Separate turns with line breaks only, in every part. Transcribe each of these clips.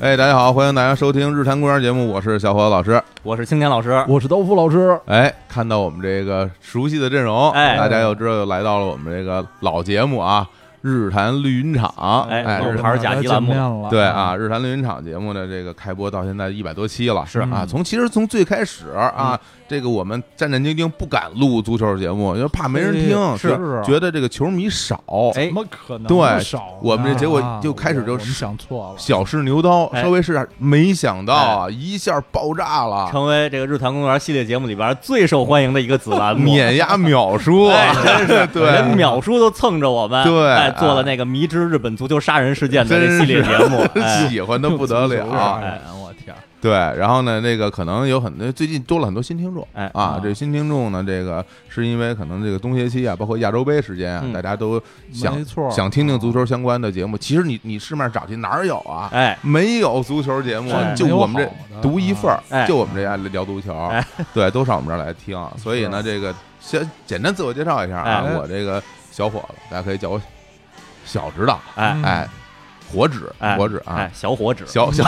哎，大家好，欢迎大家收听《日坛公园》节目，我是小伙子老师。
我是青年老师，
我是豆腐老师，
哎，看到我们这个熟悉的阵容，
哎
大家又知道又来到了我们这个老节目啊，《日坛绿云场》
哎
哎，
老
日
牌儿甲级栏目
见面了，
对啊，《日坛绿云场》节目的这个开播到现在一百多期了，
是嗯
啊，从其实从最开始啊，这个我们战战兢兢不敢录足球节目，因为怕没人听，
哎是
觉觉得这个球迷少，
啊哎
怎么可能？
对
那么少呢，
我们这结果就开始就
啊我们想错了，
小试牛刀，
哎
稍微是没想到啊，一下爆炸了，
成为这个日坛公园系列节目里边最受欢迎的一个子 栏目。
碾压秒叔
哎
啊，，
真是
对
人秒叔都蹭着我们，
对
哎，做了那个迷之日本足球杀人事件的
真
这
是
系列节 目，哎，
啊喜欢的不得
就足球杀
了。啊
人我天，
对，然后呢，那个可能有很多最近多了很多新听众
哎
啊
啊，
这新听众呢，这个是因为可能这个冬学期啊，包括亚洲杯时间啊，
嗯
大家都想
没错，啊
想听听足球相关的节目。其实你你市面找去哪儿有啊？
哎，
没有足球节目
哎，
就
没有
我们
好
这
的嗯
独一份儿
哎，
就我们这家聊足球
哎，
对，都上我们这儿来听。啊所以呢，这个先简单自我介绍一下啊，
哎
我这个小伙子，大家可以叫我小指导，
哎，
嗯
哎，火指
哎，，
火指啊
哎，，小火指，
小 小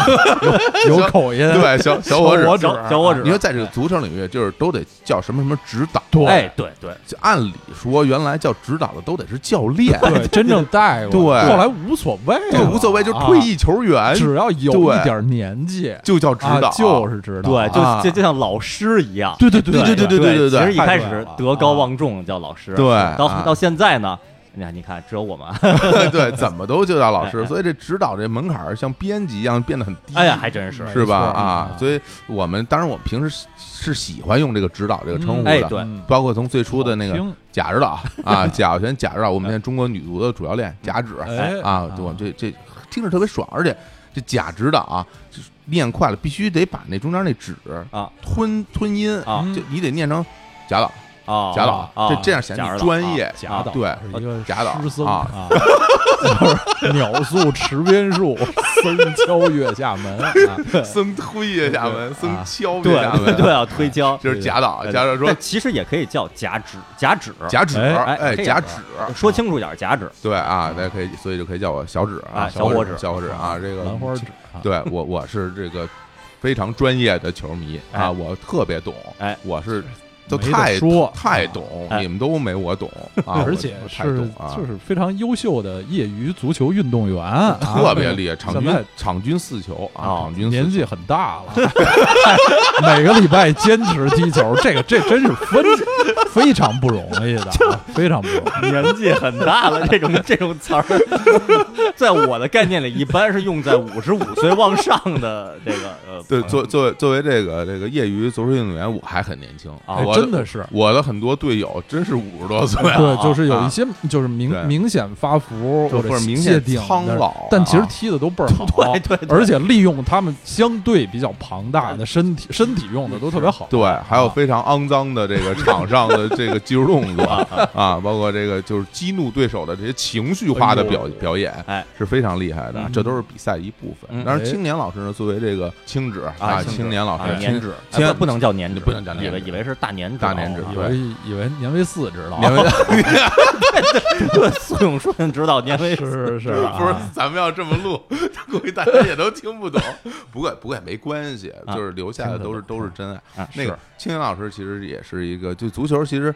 有口音，
对小小火指
小。火指
小小火指，
你说在这个足球领域，就是都得叫什么什么指导。
对
哎，对对，
就按理说原来叫指导的都得是教练，
对，真正带过，
对
后来无所谓了，
就无所谓，哎就是退役球
啊，
员
只要有一点年纪，
就叫指导，
啊就是知道，
对，
啊
就就就像老师一样，
对对对
对对
对
对对
其实一
太
开
对
始
了
德高
啊
望重叫老师，
对
到
啊
到现在呢，你看你看，只有 我们，
对，怎么都就叫老师
哎。哎
所以这指导这门槛儿像编辑一样变得很低，
哎呀，还真是，
是吧？
没错
啊
嗯，
所以我们当然我们平时是是喜欢用这个指导这个称呼
嗯哎
的，
对
嗯
包括从最初的那
好
个
听
贾指导 啊，贾跃亭贾指导，我们现在中国女足的主教
嗯
练贾指，
哎
啊，就我们这这听着特别爽，而且这假指导啊，就是念快了必须得把那中间那指
啊
吞吞音，
啊
嗯
就你得念成贾导，
啊，
贾
老
导，这这样显
贾
得
指
你
导
专业
啊。
贾导
对
哦是一个
贾导
诗僧
啊，
就是鸟宿池边树， 僧敲月下门 啊，
僧推一下门，
啊
僧敲一
对
下门，
对啊，推敲。
就是贾导，
哎
对
贾导说
但其实也可以叫假指，假指，
贾指，
哎
哎，
这
贾
样
指，
说清楚点儿，假指。
对啊，大家可以，所以就可以叫我小指啊，
啊
小
小
伙
伙
指，
指
小伙指啊，这个
兰花指 啊，
对我我是这个非常专业的球迷啊，
哎
我特别懂，
哎，
我是都
没得
太
说啊
太懂，
哎
你们都没 我懂啊，
而
我
且
我太
是
懂啊
就。是非常优秀的业余足球运动员，啊
特别厉害，场
现
均
在
场均四球啊，
哦
场均四
年纪很大了， 每个礼拜坚持踢球，这个这真是分非常不容易的，啊非常不容
啊
易。
年纪很大了，这种这种词儿，在我的概念里，一般是用在五十五岁往上的这个呃，
对，
朋友
作作为作为这个这个业余足球运动员，我还很年轻
啊
哎
我
真的是，
我的很多队友真是五十多 岁了，
对，就是有一些就是明
啊对
明显发福
就
或
或者明
谢
显
顶的
苍老啊，
但其实踢的都倍儿 好，
对对对
而且利用他们相对比较庞大的身体，身体用的都特别好。
对，
啊
还有非常肮脏的这个场上的这个技术动作啊，包括这个就是激怒对手的这些情绪化的表表演，
哎，
是非常厉害的。
嗯
这都是比赛一部分。
嗯
当然，青年老师呢，作为这个青指啊，
青指
青年老
啊
师，
年
青
指，哎
青
不不能叫年指，
不能叫年指
以为以为是大年指，
大年指
以
对
为以为年维四知道，啊
年为
对，苏永顺指导年为
是是是 啊，
不是咱们要这么录， 估计大家也都听不懂。不过不过也没关系，
啊
就是留下的都是
听得懂
都是真爱。
啊
那
是
个青年老师其实也是一个，就足球其实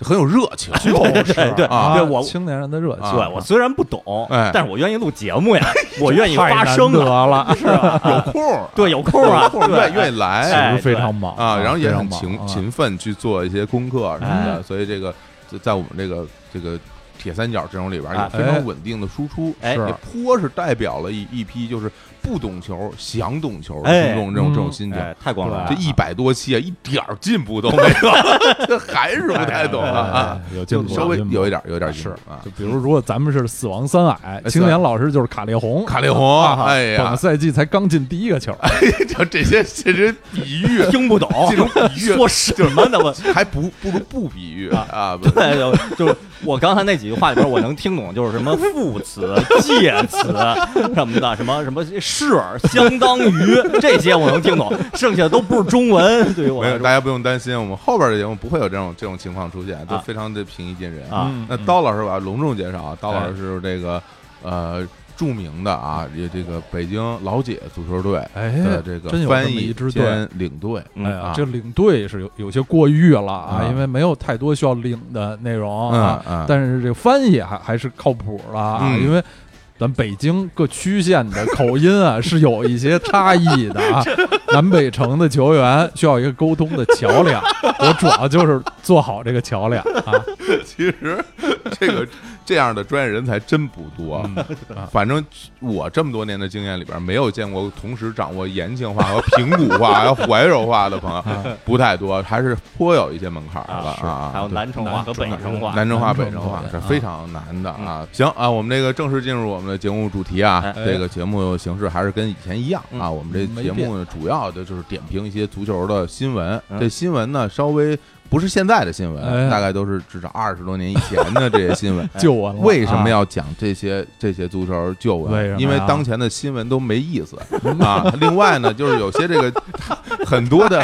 很有热情，
就 是
对对
啊
对我
青年人的热情，
啊
对我虽然不懂，
哎
但是我愿意录节目呀，我愿意
太
发
难
声
得
啊，
了，
是吧？
有空儿啊
对，有空啊，
空儿愿
对
愿意来，
哎
其实非常哎忙
啊，然后也
非常
很
忙
勤
啊
勤奋去做一些功课啊什么的，所以这个就在我们这个这个铁三角阵容里边
哎
有非常稳定的输出，
哎
是
也颇是代表了一一批就是不懂球想懂球的
哎
听众这种这种
嗯
心情。
哎，太光荣了
这，一百多期啊，一点儿进步都没有， 这还是不太懂啊啊，
哎哎有进
就
步，
稍微
进步
有一点有一点进步
是
啊 哎
就。比如，如果咱们是死亡三矮，青年老师就是卡列洪，
卡列洪，哎
本
呀，哎
赛季才刚进第一个球，
就这些这些比喻，
听不懂，
这种比喻
说什么呢？我
还不不如不比喻
啊
啊，不
对，有就是我刚才那几句话里边，我能听懂，就是什么副词、介词什么 的，什么什么是、相当于这些我能听懂，剩下的都不是中文。对于我
没
来
有，
说
大家不用担心，我们后边的节目不会有这种这种情况出现，都
啊
非常的平易近人
啊
那刀老师吧，隆重介绍啊，刀老师是这个呃著名的啊，也这个北京老姐足球队
哎
的，这个
真有这么
翻
一
译
支队。
兼领队，
嗯
哎呀
啊，
这领队是有有些过誉了啊，
啊
因为没有太多需要领的内容啊
嗯。嗯，
但是这翻译还还是靠谱了啊，
嗯
因为咱北京各区县的口音 啊是有一些差异的啊。 南北城的球员需要一个沟通的 桥梁，我主要就是做好这个桥梁啊。
其实这个 这样的专业人才真不多。反正我这么多年的经验里边，没有见过同时掌握延庆话和平谷话还有怀柔话的朋友，不太多，还是颇有一些门槛儿的
是，
啊。
还有南城话和北城话，
南城话、
南城
北城话
话，嗯
这
啊
非常难的啊！行啊，我们这个正式进入我们的节目主题啊
哎，
这个节目形式还是跟以前一样啊。我们这
嗯没
节
变
目呢主要的就是点评一些足球的新闻，
嗯。
这新闻呢稍微不是现在的新闻，
哎
大概都是至少二十多年以前的这些新闻
哎
救我啊了！
为什么要讲这些这些足球旧
为
闻？
什么呀
因为当前的新闻都没意 思啊。另外呢，就是有些这个 很多的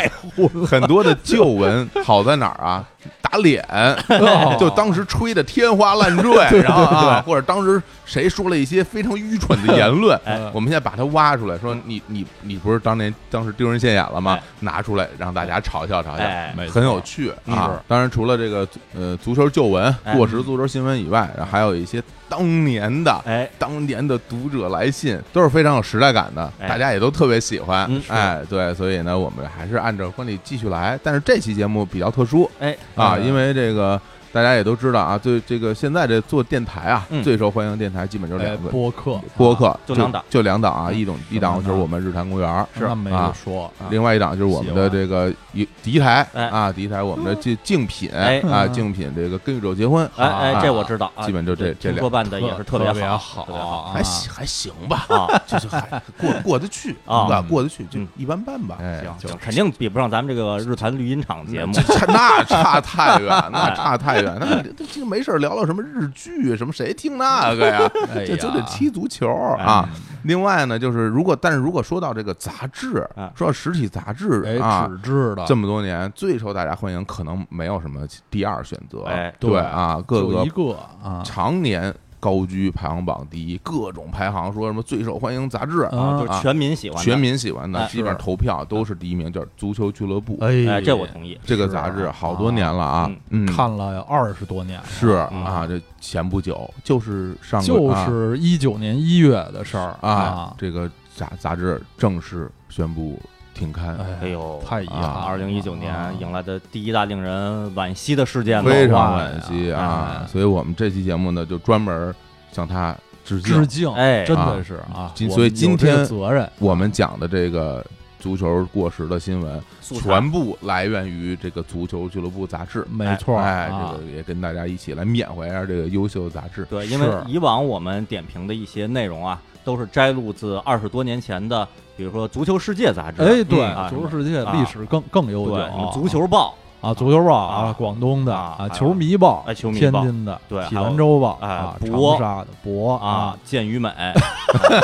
很多的旧闻好在哪儿啊？打脸，
哦
就当时吹的天花乱坠，然后啊，或者当时谁说了一些非常愚蠢的言论，
哎
我们现在把它挖出来，说你你你不是当年当时丢人现眼了吗
哎？
拿出来让大家嘲笑嘲笑，
哎
没错嗯
很有趣啊
是。
当然，除了这个呃足球旧闻、
哎
过时足球新闻以外，然后还有一些当年的。
哎，
当年的读者来信都是非常有时代感的，
哎
大家也都特别喜欢
嗯。是
哎，对，所以呢，我们还是按照惯例继续来。但是这期节目比较特殊
哎，
啊，
嗯
因为这个大家也都知道啊，对这个现在这做电台啊，
嗯呃
最受欢迎电台基本就是
哎
两个
播客？
播客，
就两档
就两档啊，
嗯
一种一档就是
档
我们日坛公园儿，
那没
啊
得说啊，
另外一档就是我们的这个一敌台
哎
啊，敌台我们的竞竞品
哎
啊，
嗯
竞品这个跟宇宙结婚，
哎哎，
啊
这我知道啊，
基本就这这
听
两
说办的也是特别
特别
好，特别
好啊
还行还行吧，
好啊，
就是还过过得去
啊
吧过得去就
嗯
一般般吧，哎
行，
就
行，肯定比不上咱们这个日坛录音场节目
这。差那差太 远，那差太远，那这这没事儿聊聊什么日剧什么，谁听那 个呀？
哎呀
这就得踢足球啊。
哎
另外呢，就是如果但是如果说到这个杂志
啊，
说到实体杂志
哎，
啊，
纸质的
这么多年最受大家欢迎，可能没有什么第二选择。
哎
对
对
啊，各
就
个
一个啊，
常年高居排行榜第一，各种排行说什么最受欢迎杂志，
啊
就是全民喜欢的，
全民喜欢的，
哎
基本上投票都是第一名，叫《足球俱乐部》
哎，
哎，
这我同意。
这个杂志，
啊
好多年了啊
嗯，
嗯，
看了二十多年了，
是
嗯
啊，这前不久就是上个
就
啊
是一九年一月的事儿
啊，，这个杂杂志正式宣布停刊，
哎呦，
太遗憾了。
啊
二零一九年迎
了，
来的第一大令人惋惜的事件吧，
非
哇
常惋惜
哎
啊
哎！
所以我们这期节目呢，就专门向他致敬
致。敬，
哎
真的是啊，
今
我
所以
们
今
有这个
天
责任
我们讲的这个足球过时的新闻，
素材
全部来源于这个《足球俱乐部》杂志。
没错，
哎，
啊
这个也跟大家一起来缅怀一下这个优秀的杂 志。
对，因为
是
以往我们点评的一些内容啊，都是摘录自二十多年前的，比如说《足球世界》杂志，
哎，
嗯啊
对，足球世界
啊
历史更更悠久
对，什么
啊，
足球报，
啊，足球报
啊
啊，广东的
啊还
啊，
有
球迷报，
哎球迷
天
报
津的，
对
体
还有
坛周报
哎
啊，
博
长沙的博
啊
啊，，
健与美，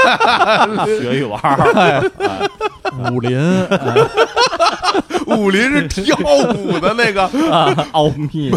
学语文儿，
武林，哎
武林是跳舞的那个
啊奥秘，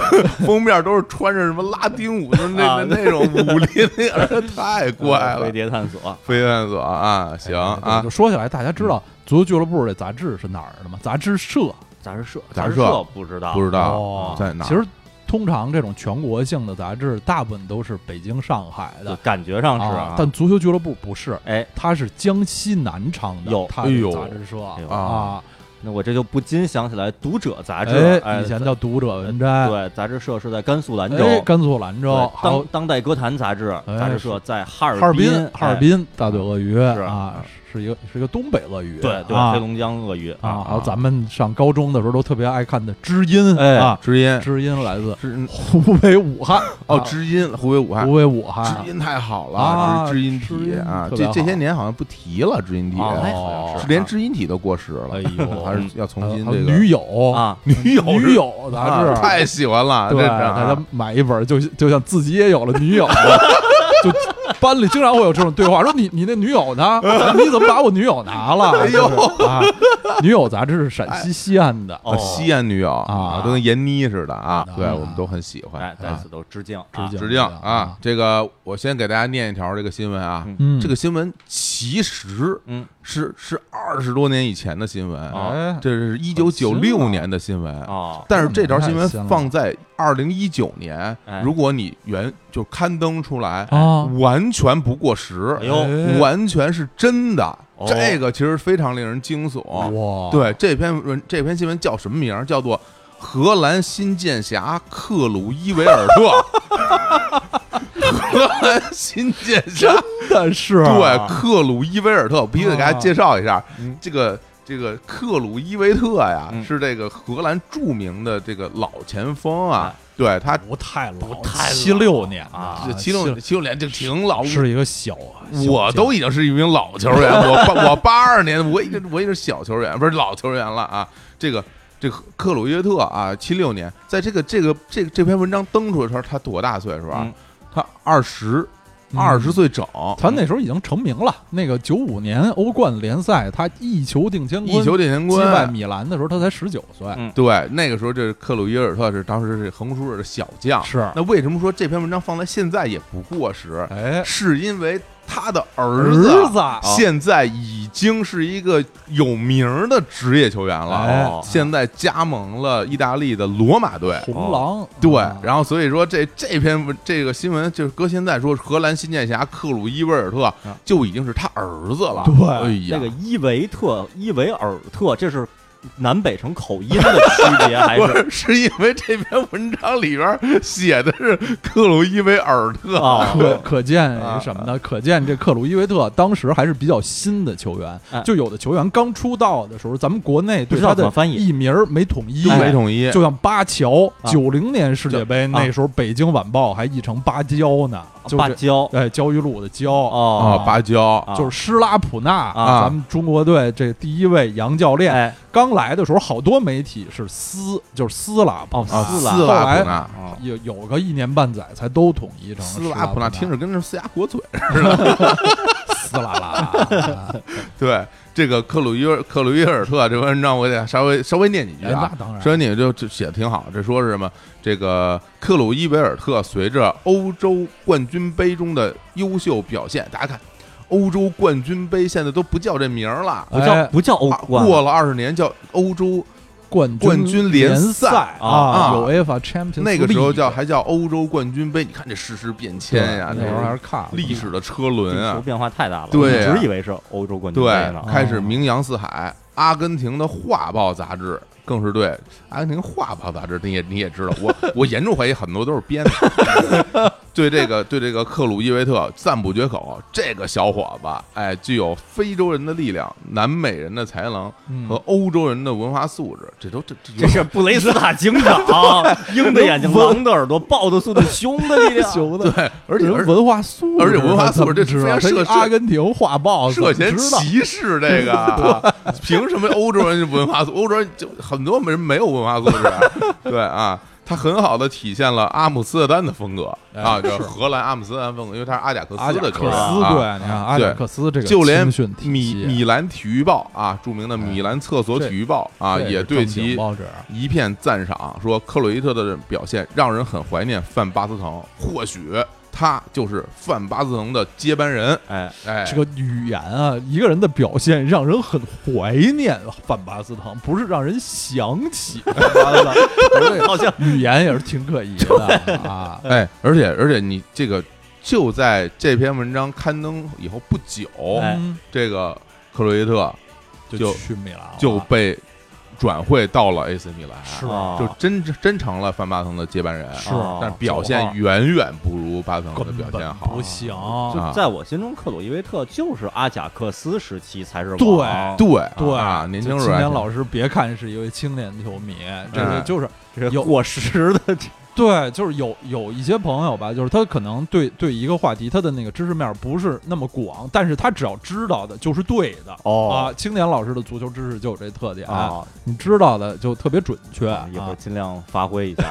封面，都是穿着什么拉丁舞的
啊
那那那种武林，哎太怪了
飞。碟探索，
飞燕所啊，行
哎
啊
就，说起来，大家知道足球俱乐部这杂志是哪儿的吗？杂志社
杂志社，
杂
杂
志
志
社
社不知道，
不知道
哦
在哪儿
其实通常这种全国性的杂志，大部分都是北京、上海
就
的，
感觉上是
啊，但足球俱乐部不是，
哎，
它是江西南昌的
有，
它
哎呦
的杂志社
哎呦
啊，
那我这就不禁想起来《读者》杂志，哎，
以前叫读者文摘，
对，杂志社是在甘肃兰州，
哎，甘肃兰州
对，
还有
当当代歌坛杂志
哎
杂志社在哈
哈尔
滨，
哈尔
哎，
滨大嘴鳄鱼
是
啊，是一个是一个东北鳄鱼，
对对，
啊
黑龙江鳄鱼
啊，还有
啊
咱们上高中的时候都特别爱看的《知音》
哎
啊，
知音
《知音》来自
知
湖北武汉，
哦，
啊
知音湖北武
哎
汉
湖。北武汉
知，音太好了，
啊
知知音
知
体
音
啊，
特别
这这些
好
年好像不提了，知音体，
啊，哎
哦
好像是
是连
啊
知音体都过时了
哎，呦
还是要重新
还有
这个
女友
啊，
女 友
女友杂
啊
志，
太喜欢了，
对，
这是啊
大家买一本，就就像自己也有了女友，就班里经常会有这种对话，说你你那女友呢？ 你怎么把我女友拿了？
哎呦
就是啊，女友杂志是陕西西安的，
啊西安女友
哦啊
都跟闫妮似的啊，对
啊
我们都很喜欢。
哎，在
啊
此都致敬，
致敬
致敬啊！这个我先给大家念一条这个新闻啊，
嗯，
这个新闻其实
嗯
是是二十多年以前的新闻，
啊
哎，
这是一九九六年的新闻
啊，哦
但是这条新闻
太新了
放在二零一九年
哎，
如果你原就刊登出来，
啊，
完全不过时
哎，呦，
哎
完全是真的
哦。
这个其实非常令人惊悚。
哇，
哦对这篇文这篇新闻叫什么名儿？叫做《荷兰新剑侠克鲁伊维尔特》。荷兰新剑侠，
真的是啊
对克鲁伊维尔特，我必须得给大家介绍一下
嗯
这个。这个克鲁伊维特呀，
嗯
是这个荷兰著名的这个老前锋啊，对他
不太老，不
七六年
啊
这七六七六年就挺老，
是一个小，小
我都已经是一名老球员，我八我八二年，我已经我也是小球员，不是老球员了啊。这个这个克鲁约特啊，七六年，在这个这个这这篇文章登出的时候，他多大岁数啊
嗯？
他二十
嗯
二十岁整，
他那时候已经成名了。那个九五年欧冠联赛，他一球定乾坤，
一球定乾
击败
坤。
米兰的时候，他才十九岁。
嗯
对，那个时候这克鲁伊尔特是当时是横竖的小将。
是，
那为什么说这篇文章放在现在也不过时？
哎，
是因为他的
儿
儿子
子
哦
现在已经是一个有名儿的职业球员了，
哎
哦现在加盟了意大利的罗马队。
红
哦
狼，
对
啊，
然后所以说这这篇文这个新闻就是搁现在说，荷兰新剑侠克鲁伊维尔特就已经是他儿子了。
对
哎
这个
呀，
伊维特、伊维尔特，这是南北城口音的区别还
不
是
是是因为这篇文章里边写的是克鲁伊维尔特，
啊？
可可见什么呢？可见这克鲁伊维特当时还是比较新的球员
哎，
就有的球员刚出道的时候，咱们国内
不
对
知道
他
怎
的
么翻译
译名儿没统一，
中美统一，
哎就像巴乔，
啊
九零年世界杯那时候，《北京晚报》还译成芭蕉呢，就
啊芭
是
蕉
哎，焦裕禄的焦，
啊
哦，
芭蕉，
啊
就是施拉普纳
啊
咱们中国队这第一位洋教练，
哎
刚来的时候，好多媒体是斯，就是斯拉普
哦
纳，哦
啊，
斯拉
斯拉普
后
纳
来。有有个一年半载才都统一成
斯
拉
哦拉普纳
啊纳，
听着跟那斯牙国嘴
斯拉
啊
拉，
对这个克鲁伊尔克鲁伊尔特这文章，我得稍微稍微念几句
哎
啊
那。当然
稍微念几句就就写的挺好。这说是什么？这个克鲁伊维尔特随着欧洲冠军杯中的优秀表现，大家看，欧洲冠军杯现在都不叫这名儿了，
不叫
哎
不叫欧
啊
冠，
过了二十年叫欧洲，
冠
冠军联
联
赛
啊
啊，
有 AFA Champions，
那个时候
League
叫还叫欧洲冠军杯。你看这世事变迁呀，
对
这
那时候啊还
是
是看了嗯
历史的车轮
地球
啊，
变化太大了，我
对
一
啊
直以为是欧洲冠军杯
对
呢，。啊
开
哦
始名扬四海。阿根廷的《画报》杂志更是对阿根廷《画报》杂志，你也你也知道，我我严重怀疑很多都是编的。 对这个对这个克鲁伊维特赞不绝口，这个小伙子，哎，具有非洲人的力量、南美人的才能
嗯
和欧洲人的文化素质，这都这这
这是布雷斯塔警长，啊鹰的眼睛，狼的耳朵，豹的速度，熊的力量，
熊的，
对， 而且
人
而且
文化素质，
而且文化素质这
知
非常
道他一
涉
阿根廷画报
涉
哦怎
嫌
么知道
歧视，这个 啊凭什么欧洲人文化素？欧洲人就很多人没有文化素质 啊，对啊。他很好的体现了阿姆斯特丹的风格啊，
哎
就是荷兰阿姆斯特丹风格，因为他是阿贾克
阿
斯
贾
的球
克
员
斯
啊。
对，你看阿贾克斯这个
就连
青训体
米
系啊哎
米兰体育报啊，著名的米兰厕所体育报啊，
这是
也对
正经
其
报纸啊
一片赞赏，说克洛伊特的表现让人很怀念范巴斯滕，或许他就是范巴斯滕的接班人。
哎，
哎，
这个语言啊，一个人的表现让人很怀念范巴斯滕，不是让人想起范巴 斯滕而且
好像
语言也是挺可疑的啊。
哎，而且而且你这个就在这篇文章刊登以后不久，
哎
嗯
这个克洛伊特就
哎去米兰了
就被转会到了 AC 米兰，
哦是
啊
就真真成了范巴滕的接班人，
是
啊
但是表
九
现
号
远远不如巴滕的
根
表
本
现好
不。行，
啊
就在我心中，克鲁伊维特就是阿贾克斯时期才是
对
王，
对
对
啊，年轻
就
时
青
候还
年
挺
老师别看是一位青年球迷，这
哎
个就是
这是
有
过时的这
对，就是有有一些朋友吧，就是他可能对对一个话题他的那个知识面不是那么广，但是他只要知道的就是对的。啊，
哦
青年老师的足球知识就有这特点，
啊，
你知道的就特别准确啊。
一会儿尽量发挥一下，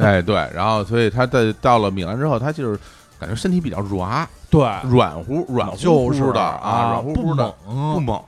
哎，对，然后所以他在到了米兰之后，他就是感觉身体比较软，
对，
软乎软乎
就是
乎的
啊
软乎
不
乎的，不
猛。嗯
猛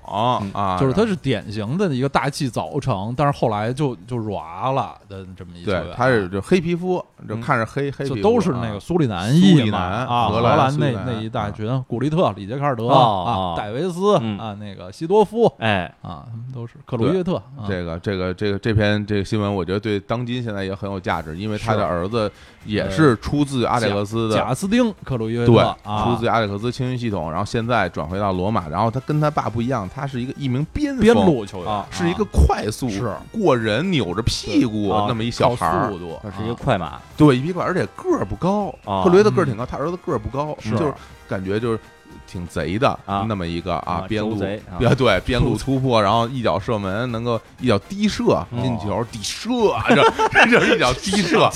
啊，
就是他是典型的一个大器早成，但是后来就就软了的这么一球
对
员，，
他是就黑皮肤，就
嗯
看着黑黑皮
就
肤啊
都是那个苏里南裔
苏里
嘛
南
啊，
荷
荷
兰苏
那
里南
那一
啊
大群，古利特、里杰卡尔德
哦
啊
哦、
戴维斯
嗯
啊、那个西多夫
哎，
啊，他们都是克鲁约特啊，
这个这个这个这篇这个新闻，我觉得对当今现在也很有价值，因为他
是
的儿子也
呃
是出自阿贾克斯的，
贾斯汀、克鲁约特
对，
啊
出自，阿贾克斯青训系统，然后现在转回到罗马，然后他跟他爸不一样，他是一个一名边锋
边路球员
啊
是一个快速
是
过人扭着屁股
对啊
那么一小
靠
孩儿
速，度，
他是一个
啊
快马，
对，一米块，而且个儿不高，
啊
克雷的个儿挺高，他儿子个儿不高，
是
就是感觉就是挺贼的
啊
那么一个啊
啊
边路
轴贼啊
边 对边路突破，然后一脚射门，能够一脚低射进球，低射啊，这这是一脚低射，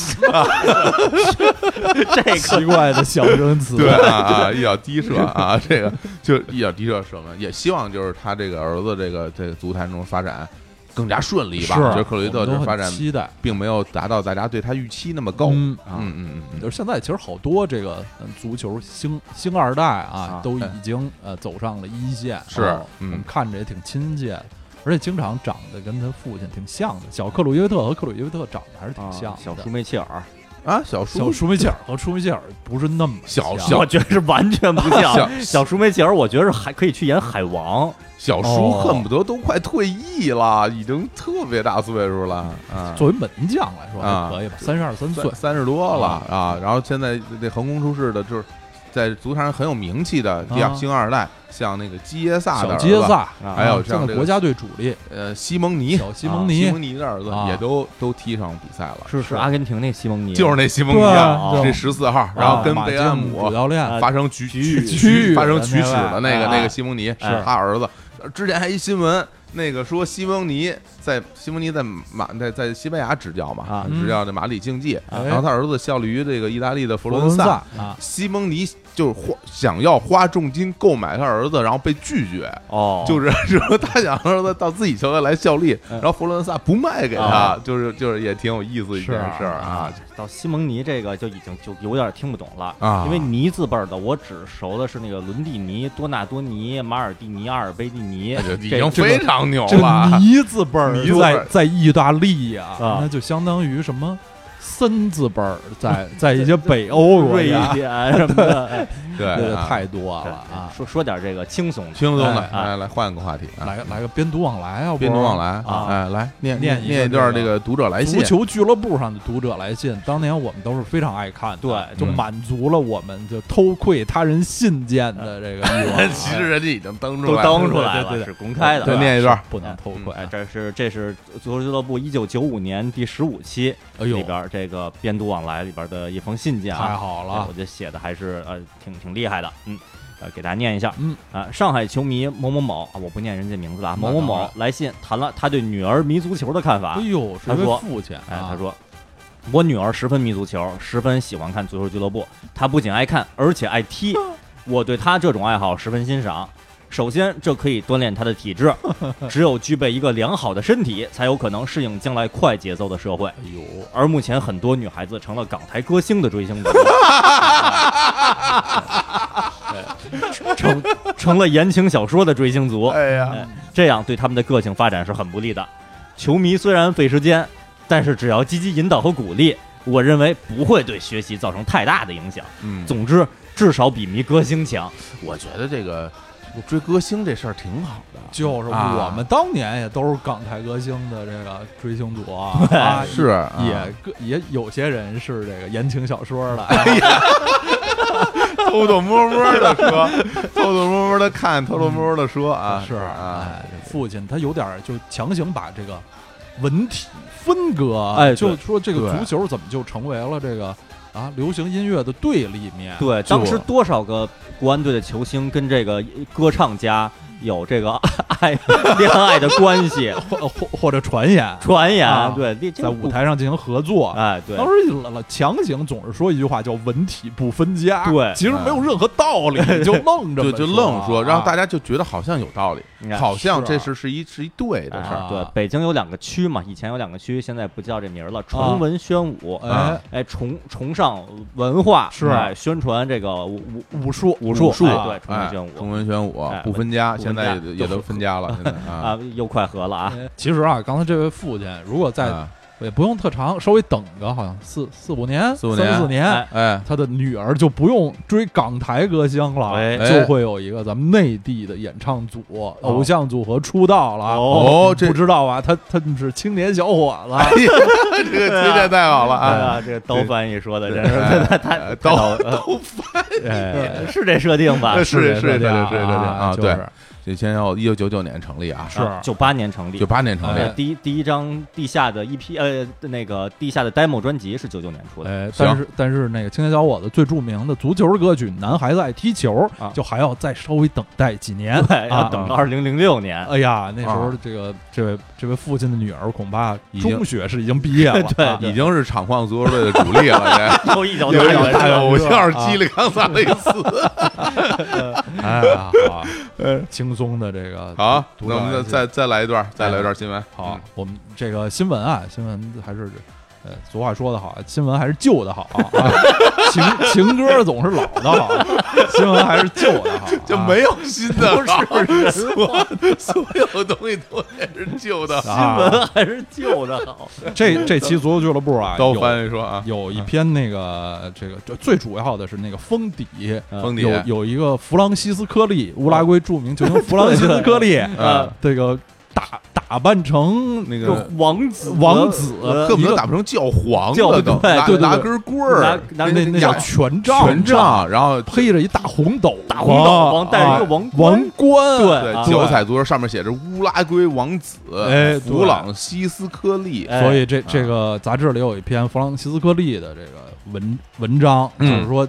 这个
奇怪的象 征词，
对啊啊，一脚低射啊，这个就一脚低射射门，也希望就是他这个儿子这个这个足坛中发展更加顺利吧。
是
我觉得克雷
我
特
们都
这
很
发展
期待
并没有达到大家对他预期那么高，嗯
嗯
啊
嗯嗯嗯，
就是现在，其实好多这个嗯足球星星二代
啊，
啊都已经呃走上了一线，
哎是
哦
嗯
我们看着也挺亲切的，而且经常长得跟他父亲挺像的。小克鲁约特和克鲁约特长得还是挺
啊
像
小
的
舒，梅切尔，
啊，小
小
叔
舒梅切尔和舒梅切尔不是那么
小
像
小
啊我觉得是完全不
小
像。小舒梅切尔，我觉得是还可以去演海王，
小叔
哦
恨不得都快退役了，已经特别大岁数了啊。
作为门将来说
啊
还可以吧，三十二三岁
三，三十多了啊，然后现在这横空出世的，就是在足坛上很有名气的第二
啊
星二代，像那个基耶萨的
小
儿子
杰萨，
啊
还有像
现
这
在
个
国家队主力
呃，西蒙尼，
小西蒙
西
尼
蒙，尼的儿子
啊
也都都踢上比赛了，
是是阿根廷那西蒙尼，
就是那西蒙尼
对
啊
啊，
这
对
十四号，然后跟
啊
贝安
马竞主
姆
教练
啊
发生举举
举
举
举
发生
的
举
那
止
位
的那个
啊
那个西蒙尼是
是
他儿子。呃之前还一新闻，那个说西蒙尼在西蒙尼在马在在西班牙执教嘛
啊，
嗯
执教这马里竞技，
哎
然后他儿子效力于这个意大利的佛
佛
罗
罗
伦
伦
萨。
啊，
西蒙尼就是花想要花重金购买他儿子，然后被拒绝，
哦，
就是说他想让他到自己球队来效力，
嗯
然后佛罗伦萨不卖给他
啊，
就是就是也挺有意思一件事儿啊。
到西蒙尼这个就已经就有点听不懂了
啊
因为尼字辈儿的我只熟的是那个伦蒂尼、多纳多尼、马尔蒂尼、阿尔卑蒂尼
那，就已
这
经
这个
非常牛
这
了
个，尼字辈儿
尼字辈儿
在在意大利呀、
啊
那就相当于什么森字辈儿 在在一些北欧国
瑞
家，
典啊什么的，
啊对
这个
啊
太多
哎
了
对
啊！
说说点这个轻松的，
轻松的，
哎
哎
来来换个话题啊，
来来个边读往来啊，
边读往来，
啊
哎，来念
念一个
念一段
这
这
个
个读者来信啊
足，球俱乐部上的读者来信，当年我们都是非常爱看的，
对
就
嗯。
满足了我们就偷窥他人信件的这个欲望
其实人家已经登出
都
来了，
登出来
对对对
了，
对
是公开
啊
的。
对
是吧
念一段
不能偷窥，
哎，这是这是足球俱乐部一九九五年第十五期
哎
里
呦，
边儿这个编读往来里边儿的一封信件啊
太，好
哎
了
我，觉得写的还是呃挺挺厉害的，嗯。呃，给大家念一下，
嗯
啊，上海球迷某某某啊，我不念人家名字了啊，
那
某某
当
某
然
来信谈了他对女儿迷足球的看法
哎。呦，是
他
一位
说
父亲啊，
哎，他说，我女儿十分迷足球，十分喜欢看足球俱乐部，她不仅爱看，而且爱踢。我对她这种爱好十分欣赏。首先，这可以锻炼她的体质，只有具备一个良好的身体，才有可能适应将来快节奏的社会。
哎呦，
而目前很多女孩子成了港台歌星的追星者，成成了言情小说的追星族，
哎呀，
这样对他们的个性发展是很不利的。球迷虽然费时间，但是只要积极引导和鼓励，我认为不会对学习造成太大的影响。
嗯，
总之，至少比迷歌星强。
我觉得这个这个追歌星这事儿挺好的，
就是
啊
我们当年也都是港台歌星的这个追星 族啊，啊
是啊
也个也有些人是这个言情小说的，
偷偷摸摸的说，偷偷摸摸的看，偷偷摸摸的说啊，
是
啊
哎，，父亲他有点儿就强行把这个文体分割，
哎对
就说这个
对
足球怎么就成为了这个啊流行音乐的对立面？
对，
就
当时多少个国安队的球星跟这个歌唱家有这个 爱恋爱的关系
或或或者传言，
传言，
啊
对，这这
在
个
舞
不
台上进行合作。
啊
哎，对
当，时老老强行总是说一句话叫“文体不分家”，
对
其实没有任何道 理，就愣着
啊就就愣说，让大
家
家就觉得好像有道理，
你看
好像
啊是
这
啊
是是一是一对的事儿。
哎对，北京有两个区嘛，以前有两个区，现在不叫这名儿了，
啊
崇文宣武，
啊
哎
哎，崇崇尚文化，
是
哎，宣传这个武武
武术
武术，
术
哎对，崇
哎
文，宣
中
武
文玄武
哎
不分家，
不
现
分
在
家
也也都分家了，现在啊
啊，又快合了啊，
哎其实啊，刚才这位父亲如果再
啊
也不用特长，稍微等个好像四四五年、
四五年
三四年
哎，
哎，
他的女儿就不用追港台歌星了，
哎
就会有一个咱们内地的演唱组、偶像组合出道了。
哦这啊
不知道啊，他他们是青年小伙子，
哎这个推荐太好 了
哎
啊！
呀，这个刀翻译说的
啊
真是
哎哎刀
刀刀翻译是这设定吧
啊
这？是是是
这样
是是是
啊，
啊
就是
对这先要一九九九年成立啊，
是
九八年成立
九。八年成立
对，第一第一张地下的一批呃那个地下的 demo 专辑是九九年出的，
哎，
行
但是但是那个青年小伙子最著名的足球歌曲《男孩子爱踢球》
啊
就还要再稍微等待几年。
对，要
啊
等到二零零六年，
哎呀，那时候这个、这位这位父亲的女儿恐怕
已经
中学是已经毕 业了，啊
已经是厂矿足球队的主力 了，这。
又一脚
有
大
一种
脚
大
车
偶像
啊
叽里刚撒了一次。
哎呀，好呃 轻松的这个
好，
读
那我
到
们再再
这
再来一段，再来一段新闻。
哎
嗯
好，啊我们这个新闻啊，新闻还是呃，俗话说得好，新闻还是旧的好啊，情情歌总是老的好，啊新闻还是旧的好 啊，
就没有新的， 不是所所有东西都是旧的。
新
啊
闻 还是旧的好。
这这期足球俱乐部啊，
刀
有
翻说啊，
有一篇那个这个就最主要的是那个封底，
封底
有有一个弗朗西斯科利，乌拉圭著 名球星弗朗西斯科利，呃
嗯
啊，
这个打打扮成
那
就
个
王子，
王子
呃
恨不
一
得
个
打不成教皇
教
了都，
对
拿
对对
拿
对
根棍儿，
拿拿
那那
叫
叫权杖，
权杖，然后
披着一大红斗
大红斗
啊
王戴着一个王冠
王冠，
对
对
啊
九彩足球上面写着乌拉圭王子
哎
弗朗西斯科利，
哎
所以这
啊
这个杂志里有一篇弗朗西斯科利的这个文文章，就
嗯
是说。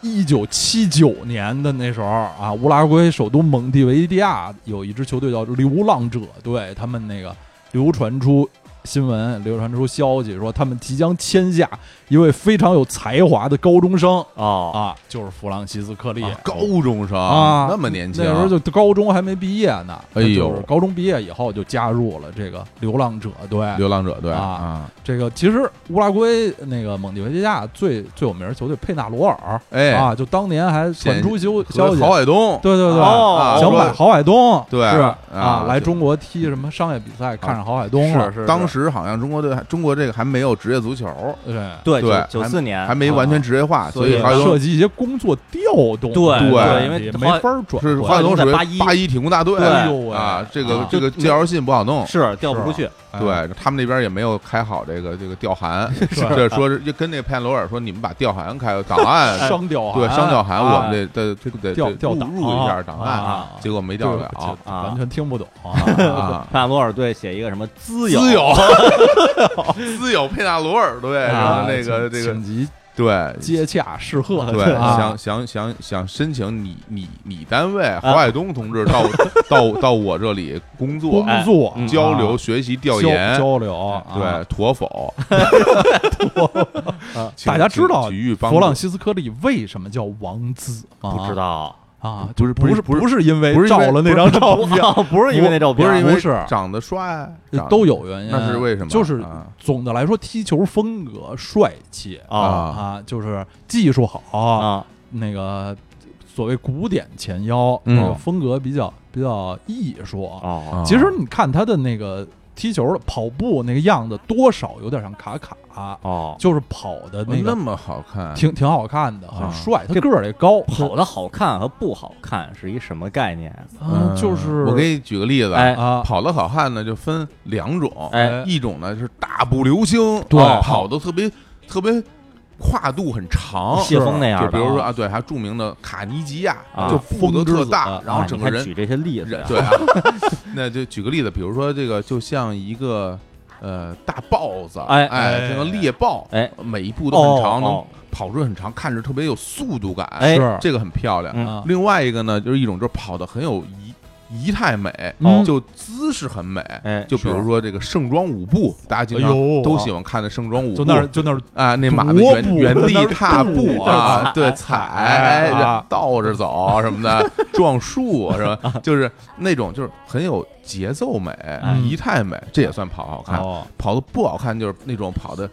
一九七九年的那时候啊，乌拉圭首都蒙地维利亚有一支球队叫流浪者队，他们那个流传出新闻，流传出消息说他们即将签下一位非常有才华的高中生
哦，
啊，就是弗朗西斯科利。
啊高中生
啊，
那么年轻，
那时候就高中还没毕业呢。
哎呦
就是高中毕业以后就加入了这个流浪者队。
流浪者队
啊，这个其实乌拉圭那个蒙地维利亚最最有名的球队佩纳罗尔、
哎，
啊，就当年还传出消消
和
息，
郝海东，
对对对，
哦
啊
想买
说
郝海东，
对
是
啊
来
就
中国踢什么商业比赛，看上郝海东了，
是
当时好像中国队还中国这个还没有职业足球，
对。
对
对
九四年
还没完全职业化，所以
对
郝海
涉
东
及一些工作调动，
对
对
对，
因为
也
郝
没法儿转
是
过
郝
来
海东属于
八一
八一体工大队，
对
哎
哎呦喂
啊，这个
啊
这个
就
介绍信不好弄。
是调不出去，
哎
对他们那边也没有开好这个这个调函，
是
这说是就跟那潘罗尔说，你们把调函开档案，
哎商调函
对商调函，我
哎
们得得这得
调
得
调
入
档
入一下档案，
啊，
结果没
就
调
是
了
就
啊
完全听不懂 啊。
啊，
帕罗尔队写一个什么
自
资友，
由自由佩纳罗尔队，什么
啊
那个这
请
个
请急
对
接洽适合，
对，
啊
想想想想申请你你你单位郝海东同志到到到我这里工作
啊工作
嗯
哎交流、学习、调
交
研，哎
交流，啊
对，妥否？
啊
请
大家知道
请给予帮助
弗朗西斯科利为什么叫王子吗？
不知道，
啊，
不是
不
不是
是
不是
不是因为
不是因
照
为
了那张照片，
不哦不是因为那照
不
片，
是因为
不是呃
长得帅，长
都有原因。
那是为什么
就是
啊
总的来说，踢球风格帅气
啊
啊，就是技术好，
啊
那个所谓古典前腰，
嗯
那个风格比较比较艺术啊
哦
啊
其实你看他的那个踢球的跑步那个样子，多少有点像卡卡，
啊
哦，
就是跑的那
那
个
么好看，
挺挺好看的，
啊
很帅。他
这
个儿也高，
跑的好看和不好看是一什么概念？
嗯，
嗯
就是
我给你举个例子，
哎
啊，
跑得好看呢就分两种，
哎
一种呢是大步流星，
对
啊跑得特别特别跨度很长，
谢峰那样
哦就
的，
比如说啊，对，还有著名的卡尼吉亚，
啊
就步子特大，
风之子
然后
啊
整
你
个
还
人
举这些例子
人
呀，
对啊， 那就举个例子，比如说这个就像一个呃大豹子，
哎
哎，像个猎豹，
哎，
每一步都很长，
哦
能
哦
跑出很长，看着特别有速度感，
哎
是
这个很漂亮。
嗯
啊
另外一个呢，就是一种就是跑的很有仪仪态美，
嗯
就姿势很美。
哎，
就比如说这个盛装舞步，大家经常
哎呦
都喜欢看的盛装舞步，
就那儿就那儿
啊，那马的
踱
原
步
原
在那
地
儿
踏步
踱
啊，对，踩
踩啊
倒着 走什么的，撞树是吧？就是那种就是很有节奏美、
哎
仪态美，这也算跑好看。
哦，
跑的不好看就是那种跑的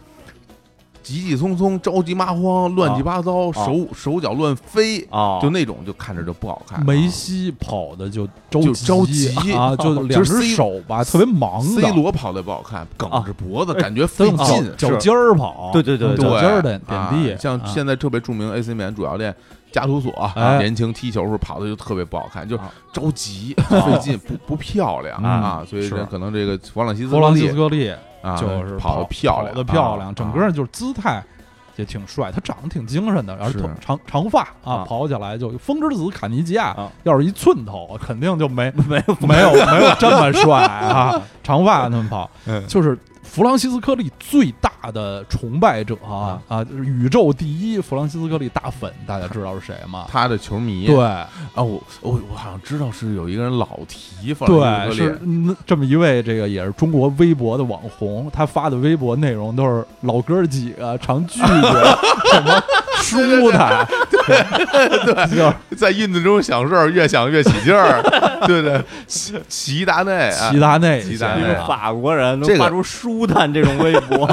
急急匆匆、着急麻慌、乱
哦
七八糟，手手脚乱飞，
哦，
就那种就看着就不好看。啊
梅西跑的就着
就着急
急 啊，就两
就是
只
C-
手吧，特别忙
C
的，
罗跑的不好看，梗
啊
着脖子，感觉
他
费
用脚
劲。
脚尖儿跑，
对对对
用
对
脚尖儿点点
啊
地，
像
啊
现在特别著名 AC 米兰主教练加图索啊，
哎
年轻踢球时候跑的就特别不好看，就是
啊
着急费劲，不不漂亮
嗯
啊，所以
是
这可能这个弗朗西斯
弗朗西斯
利
科利
啊，
就是
跑的
跑
漂亮，
跑的漂
啊
亮，整个人就是姿态也挺帅，他长得挺精神的，而且
是
长长发
啊
啊，跑起来就风之子卡尼基亚
啊，
要是一寸头，肯定就没
没有
没有没有这么帅 啊，长发那么跑
嗯，
就是。弗朗西斯科利最大的崇拜者啊啊，就是宇宙第一弗朗西斯科利大粉，大家知道是谁 吗？
他的球迷
对
啊，我我我好像知道是有一个人老提弗朗
对，
西斯科利。
是
啊
嗯这么一位这个也是中国微博的网红，他发的微博内容都是老哥几个常 聚着什么舒坦，对，就是
在印度中想事儿，越想越起劲 儿，对对，齐齐达内啊
齐，达内
齐
先
达
一
内
个
生，
法国人
哎这
能
个
发出舒坦这种微博，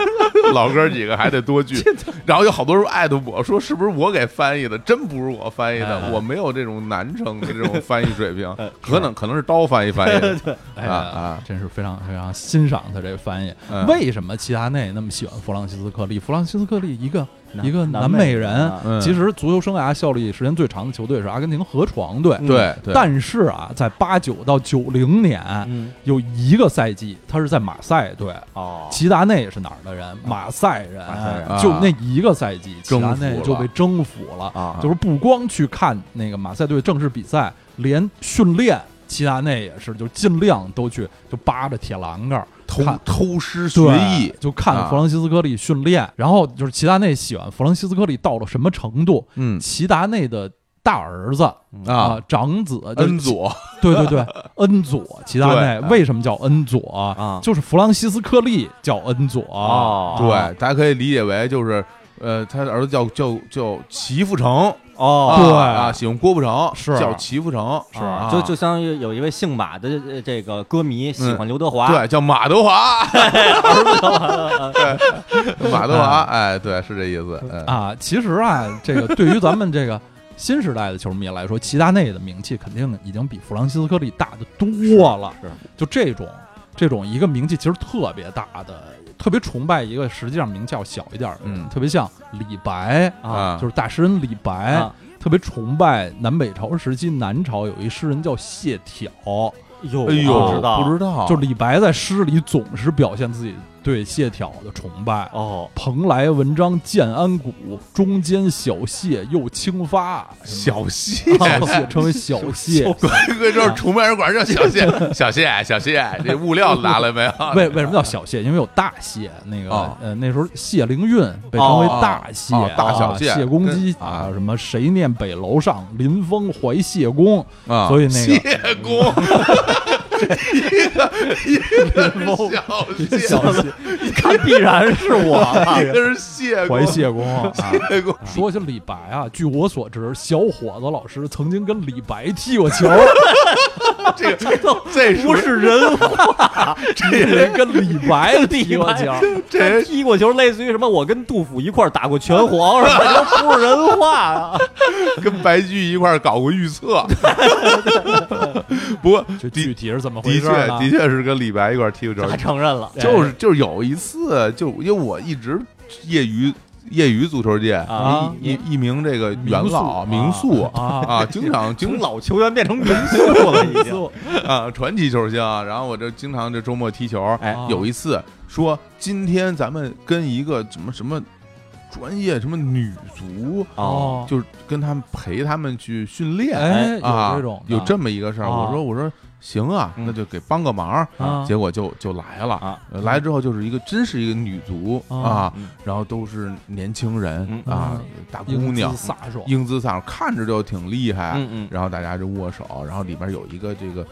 老哥几个还得多 聚，然后有好多人艾特我说哎是不是我给翻译的？真不是我翻译
哎
的，我没有这种南城的这种翻译水平
哎，
可能可能是刀翻译翻 译的
哎
啊
呀
啊，
真是非常非常欣赏他这个翻译。
嗯
为什么齐达内那么喜欢弗朗西斯科利？弗朗西斯科利一个
南
一个
南
南
美
美
人
人
啊，
嗯
其实足球生涯效力时间最长的球队是阿根廷河床队，
嗯
对对，
但是啊，在八九到九零年，
嗯，
有一个赛季，他是在马赛队。
哦，
齐达内是哪儿的人？马赛人，
啊马赛人
就那一个赛季，齐达
啊征
内
服了
就被征服了。
啊
就是不光去看那个马赛队正式比赛，连训练，齐达内也是，就尽量都去，就扒着铁栏杆儿
偷
看
偷师学
对
艺，
就看弗朗西斯科利训练。然后就是齐达内喜欢弗朗西斯科利到了什么程度？
嗯
齐达内的大儿子
啊，
长子就是
恩佐
对对对，恩佐齐达内
对
为什么叫恩佐啊
嗯啊
就是弗朗西斯科利叫恩佐啊
哦
对，大家可以理解为就是。呃，他的儿子叫叫叫齐富成，
哦
啊
对
啊，喜欢郭富城，
是
叫齐富成，
是
啊嗯
就就相当于有一位姓马的呃这个歌迷喜欢刘德华，
对，叫马德华， 对，马德华，哎，对，是这意思，嗯
啊。其实啊，这个对于咱们这个 新时代的球迷来说，齐达内的名气肯定已经比弗朗西斯科利大得多了。
是
就这种这种一个名气其实特别大的，特别崇拜一个实际上名气要小一点的人，
嗯
特别像李白。
啊，
就是大诗人李白，
啊
特别崇拜南北朝时期南朝有一诗人叫谢朓，
哟
哎呦，
不知道，
不知道，
就李白在诗里总是表现自己对谢朓的崇拜。
哦，
蓬莱文章建安骨，中间小谢又清发。
小 谢，
小 谢啊称为小谢，
哥就是崇拜人管人叫小
嗯
谢，小谢，小谢，这物料拿来没有？
为为什么叫小谢？因为有大谢，那个、
哦
呃那时候谢灵运被称为大谢，啊
哦哦哦大小谢
谢、谢公鸡
跟
啊，什么谁念北楼上，临风怀谢公，
啊
所以那个
谢 公，一个一个是小谢，
小 谢
看必然是
一
我，
个是谢公
怀，谢公啊。
谢 公，
说起李白啊，据我所知，小伙子老师曾经跟李白踢过 球，
这个这属
不
于
是人
这人跟李白踢过球，
这
他踢过球，类似于什么？我跟杜甫一块儿打过拳皇，什么都不是人话啊！
跟白居易一块儿搞过预 测，不过
这具
的
体是怎么回
的
事
确
呢？
的确是跟李白一块儿踢过球
他，承认了
哎
哎
就是就是有一次，就因为我一直业余业余足球界
啊
一一一名这个元老
名
名
宿
宿
啊
啊，经常
从
经
老球员变成民宿了，已 经。
哦
啊传奇球星啊，然后我这经常这周末踢球，
哎
啊
有一次说今天咱们跟一个什么什么专业什么女足，
哦，
哦，
就是跟他们陪他们去训练
哎，有
啊
这种，的
有这么一个事儿，
啊
我说我说行啊，
嗯
那就给帮个忙儿。
啊
结果就就来了
啊
呃来之后就是一个真是一个女足
啊
啊
嗯，
然后都是年轻人
嗯
啊，大姑娘
英姿飒爽，
英姿飒爽，看着就挺厉害
嗯。嗯，
然后大家就握手，然后里边有一个这个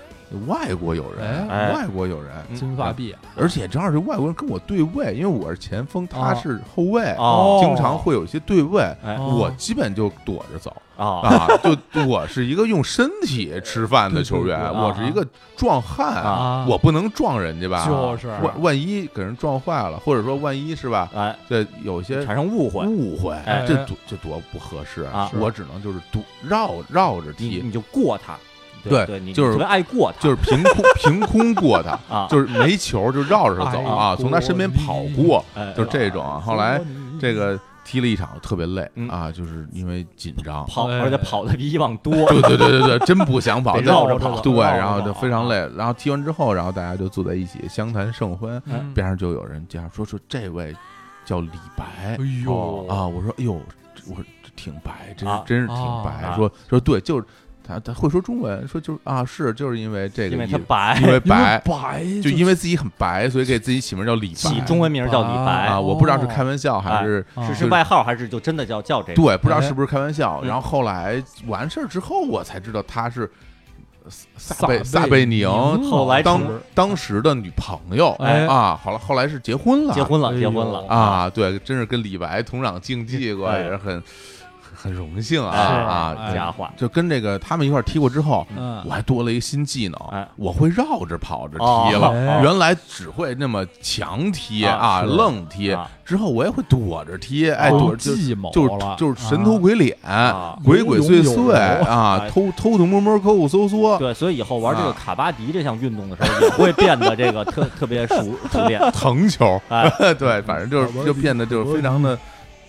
外国友人，
哎
外国友人，
金发碧眼
而且正好是外国人跟我对位，因为我是前锋，他
哦
是后卫，
哦
经常会有一些对位，
哎
哦
我基本就躲着走。
啊
啊，就我是一个用身体吃饭的球员，
对对
对
我是一个壮汉，
啊
我不能撞人家吧？
就是啊
万万一给人撞坏了，或者说万一是吧，
哎，
啊这有些
产生误会，
误会，
哎
这多这多不合适
啊
是嗯
我只能就是堵绕绕着
你
踢，
你就过他，
对
对，你
就是
特别爱过他，
就是凭空凭空过他，
啊，
就是没球就绕着他走
哎
啊，
呦
从他身边跑过，
哎
就是这种啊。后来这个踢了一场特别累
嗯
啊，就是因为紧张。
跑，
哎
而且跑的比以往多，
对对对对对，真不想跑，
得
真
绕着跑，
对，
绕着
然后就
跑啊
非常累。然后踢完之后，然后大家就坐在一起相谈甚欢。
嗯
边上就有人这样说：“说这位叫李白
哎呦
啊。”我说：“哎呦，这我说这挺白，真
啊
是真是挺
哦
白。
啊”
说说对，就是他他会说中文，说就是啊，是就是因为这个
因为
意
他
思，
白
因，为
因为
白，
白
就因
为
为自己很白，所以给自己起名叫李
起
白
中文名叫李白
啊。，我不知道是开玩笑
哎
还是
是
就是是
外号还是就真的叫叫这个？
对，不知道
哎
是不是开玩笑。
嗯
然后后来完事儿之后，我才知道他是萨
萨
贝萨
贝
贝宁
宁
后来
当
成
当时的女朋友
哎
啊，好了，后来是结婚了，
结婚了，
哎呦
结婚了
啊，对，真是跟李白同场竞技过，
哎
也是很很荣幸啊
哎
啊，
哎
家伙，
就跟这个他们一块儿踢过之后。
嗯
我还多了一个新技
哎
能，我会绕着跑着踢了。
哦
原来只会那么强踢
啊
啊，
是
愣踢。
啊
之后我也会躲着踢，哎，
哦
躲着就
计谋
就是
了啊
就是神头鬼脸
啊，
鬼鬼祟
有有
祟
有
啊，
哎
偷偷偷摸摸，抠抠搜搜。
对，所以以后玩这个
啊
卡巴迪这项运动的时候，也会变得这个特特别熟 熟练。
藤球，
哎
对，反正就是就变得就是非常的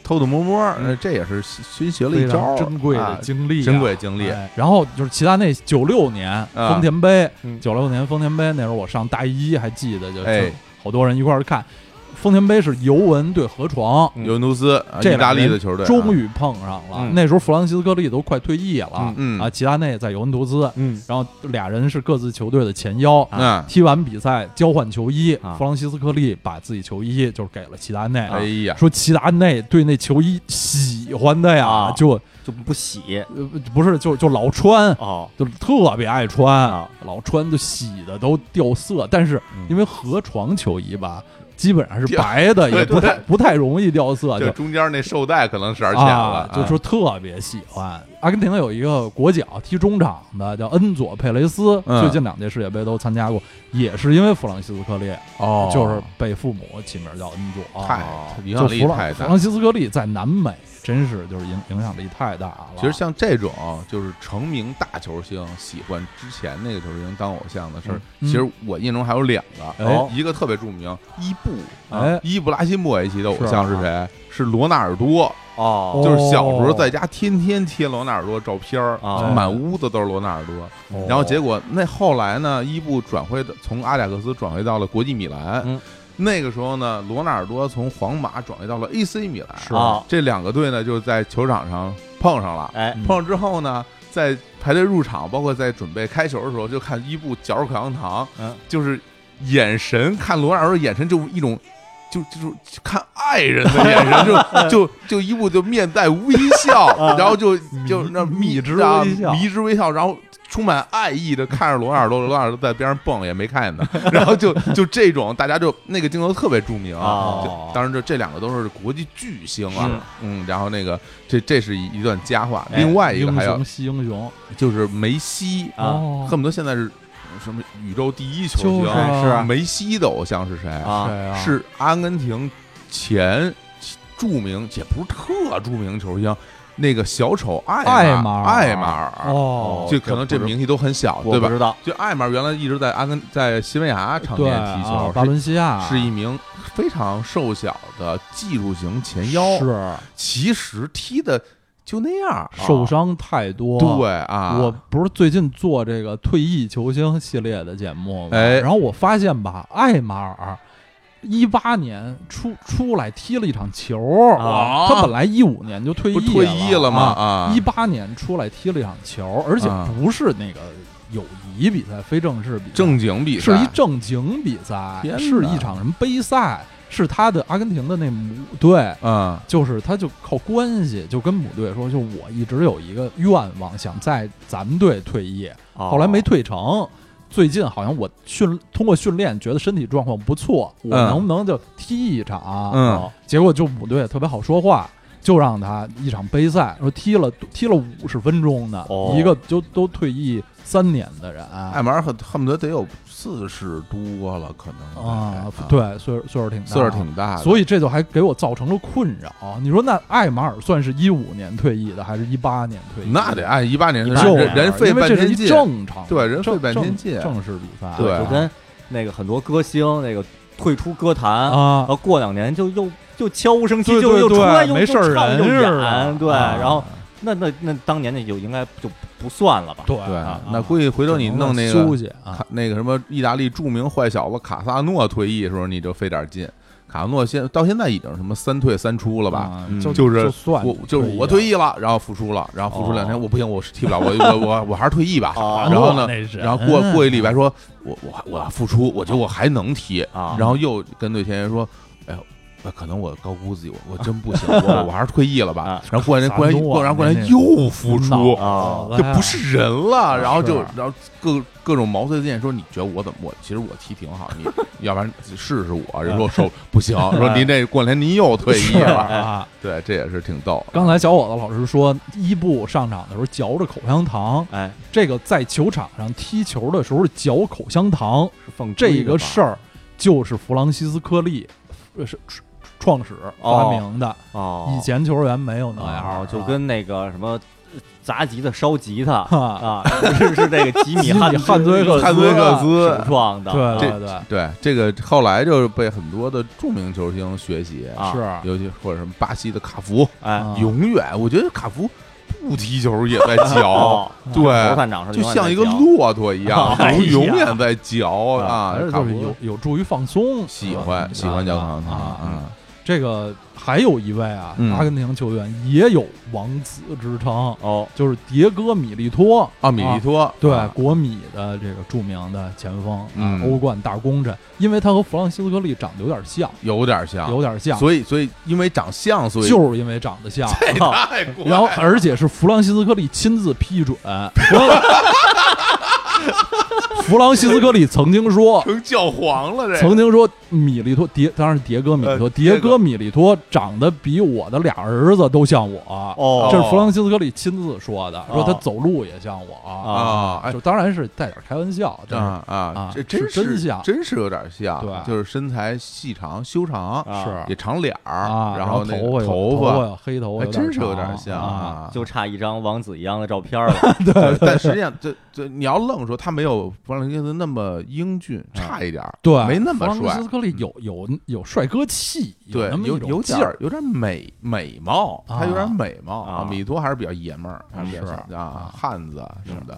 偷偷摸摸，呃这也是新学了
嗯非
一招
常
儿，
珍贵的
啊啊
经历啊，
珍贵经历
哎然后就是齐达内九六年丰田杯，九六年丰田杯那时候我上大一，还记得就
嗯哎
就好多人一块儿看。丰田杯是尤文对河床，
尤文图斯，啊
这
意大
两
利
人
的球队，
终于碰上了。
嗯
那时候弗朗西斯科利都快退役了，
嗯嗯
啊，齐达内在尤文图斯，
嗯，
然后俩人是各自球队的前腰。
啊，
踢完比赛交换球衣，
啊
弗朗西斯科利把自己球衣就是给了齐达内，
嗯，哎呀，
说齐达内对那球衣喜欢的呀，
啊
就
就不洗
呃不是就就老穿，
哦
就特别爱穿，
啊
老穿就洗的都掉色。但是
嗯
因为河床球衣吧，基本上是
掉
白的，
对
也不
对
太不太容易掉色，
就
啊就
中间那绶带可能是而浅
啊
了，，
就说特别喜欢。阿根廷有一个国脚踢中场的叫恩佐佩雷斯，
嗯
最近两届世界杯都参加过，也是因为弗朗西斯科利，
哦
就是被父母起名叫恩佐，啊
太影
就
响力
弗朗
太
弗
大
朗。西斯科利在南美真是就是影影响力太大了。
其实像这种就是成名大球星喜欢之前那个球星当偶像的事儿，
嗯
其实我印象中还有两个，
哎
一个特别著名，伊布，
哎
伊布拉希莫维奇的偶像是谁？是罗纳尔多，
哦
哦
就是小时候在家天天贴罗纳尔多照片儿，
啊
就满屋子都是罗纳尔多。
哦
嗯然后结果那后来呢，伊布转会的从阿贾克斯转会到了国际米兰，
嗯
那个时候呢，罗纳尔多从皇马转会到了 AC 米兰，
是
哦，
这两个队呢就在球场上碰上了。
哎
嗯
碰上之后呢，在排队入场，包括在准备开球的时候，就看伊布嚼着口香糖，
嗯
就是眼神看罗纳尔多眼神就是一种。就就就看爱人的 眼神，就就就伊布就面带微笑，然后就就那
嗯迷之
啊
微笑
迷之微笑，然后充满爱意的看着罗纳尔多，罗纳尔多在边上蹦也没看见他， 然后就就这种，大家就那个镜头特别著名啊
哦
就当然这这两个都是国际巨星啊
是，
嗯，然后那个这这是一一段佳话，
哎
另外一个
英
还有
雄惜英雄
就是梅西，
啊
哦
恨不得现在是什么宇宙第一球星，
就是
啊是啊
梅西的偶像是谁？
啊
谁啊
是阿根廷前著名且不是特著名球星，那个小丑艾
艾
玛
玛尔
艾玛尔，
哦，
就可能这名气都很小，
我
对
不
吧？
知道
就艾玛尔原来一直在阿根在西班牙常
对
年
啊
踢球，
巴伦西亚
是是一名非常瘦小的技术型前腰，啊
是
其实踢的就那样，
受伤太多，
对啊，
我不是最近做这个退役球星系列的节目吗？
哎
然后我发现吧，艾玛尔一八年出出来踢了一场球，
啊
他本来一五年就退役
不退役了吗？
啊
啊，
一八、18年出来踢了一场球，而且
啊
不是那个友谊比赛，非正式比赛，
正经比
是
赛
一正经比赛
天，哪
是一场什么杯赛，是他的阿根廷的那母队。
啊，
就是他就靠关系，就跟母队说，就我一直有一个愿望，想在咱们队退役，
哦
后来
哦
没退成。最近好像我训通过训练，觉得身体状况不错，我
嗯
能不能就踢一场？
嗯
结果就母队特别好说话，就让他一场杯赛，说踢了踢了五十分钟呢，
哦
一个就都退役三年的人，
艾玛恨恨不得得有四十多了，可能
啊，对，岁数岁数挺大，
岁数挺大的，
所以这就还给我造成了困扰。你说那艾马尔算是一五年退役的，还是一八年退役的？
那得按一八年的
就
人人费
啊因为
半
这是
天
一
劲，
正常的，
对人费
正
半天
正
劲
正式比赛，
对啊
就跟那个很多歌星那个退出歌坛，然
啊，
后过两年就又又悄无声息，
对
就
对
又
对
出来又
没事儿
又唱
人
又
似的
演，对，
啊
然后那那那当年那就应该就不算了吧？
对
对
啊，
那估计回头你弄那
休
个
息啊
卡，那个什么意大利著名坏小子卡萨诺退役的时候，你就费点劲。卡萨诺现到现在已经什么三退三出了吧？
啊
嗯
就
就是
算
我就是我退
退役
役了，然后复出了，然后复出两天，
哦
我不行，我是踢不了，我我我我还是退役吧。
哦
然后呢
那是，
然后过过一礼拜说，我我还我要复出，我觉得我还能踢，
啊，
然后又跟队前员说，哎呦。呃可能我高估自己，我我真不行，我我还是退役了吧
啊。
然后过两天，过
卡
来
萨诺啊
过，然后过来
那
又复出，
啊
就不是人了。然后就是然后各各种毛遂自荐，说你觉得我怎么我其实我踢挺好，你要不然试试我。人说手不行，说您这过两天您又退役了。
啊。
对，这也是挺逗的。
刚才小伙子老师说，伊布上场的时候嚼着口香糖，
哎，
这个在球场上踢球的时候嚼口香糖，
是放
这个事
儿
儿就是弗朗西斯科利呃是创创始
哦
发明的，
哦，
以前球员没有那样儿
哦
啊，
就跟那个什么砸吉他烧吉他
哈
啊，是是这个吉米
吉米
汉
汉崔克
汉斯克斯
首创的，
对
啊
对对，
对这个后来就是被很多的著名球星学习，
啊
是
尤其或者什么巴西的卡福，
哎，
啊
永远我觉得卡福不踢球也在 嚼，
哦，罗
对，
探长是
就
永远
像
在
一个
嚼
骆驼一 样，
哎呀
永远在嚼啊
而且。
卡
就是
福
有有助于放松，
喜欢喜欢嚼口香糖
啊。
啊，
这个还有一位啊
嗯，
阿根廷球员也有王子之称，
哦，
就是迭戈米利托
奥啊米利托
对，
啊
国米的这个著名的前锋，啊
嗯，
欧冠大功臣，因为他和弗朗西斯科利长得有点像，
有点像，
有点像，
啊所以所以因为长相，所以
就是因为长得像。
啊
太 过
然后，而且是弗朗西斯科利亲自批准。弗朗弗朗西斯科利曾经说，
成教皇了，这
曾经说米利托迭，当然是迭戈米利托，
呃这
迭
个
戈米利托长得比我的俩儿子都像我。
哦，
这是弗朗西斯科利亲自说的，说他走路也像我，
哦啊，哎
就当然是带点开玩笑，这是
啊啊
啊，
这
是
真
真
是
像
真是有点像，
对
就是身材细长、修长，
啊
是
也长脸儿，
啊，
然
后
那
头
个
发
头
发黑头发
还
有点
真是有
长
点像
啊。
啊。
就差一张王子一样的照片了，
对，但实际上这这你要愣说他没有弗朗西斯那么英俊，差一点儿，
啊对，
没那
弗
么
朗西
帅嗯
斯，科利有有有帅哥气，
对，
那么
有
一种
有
劲
点
儿
儿，有点美美貌，他有点美貌
啊
米托还是比较爷们儿，还比较
是
小啊，汉子啊什么的。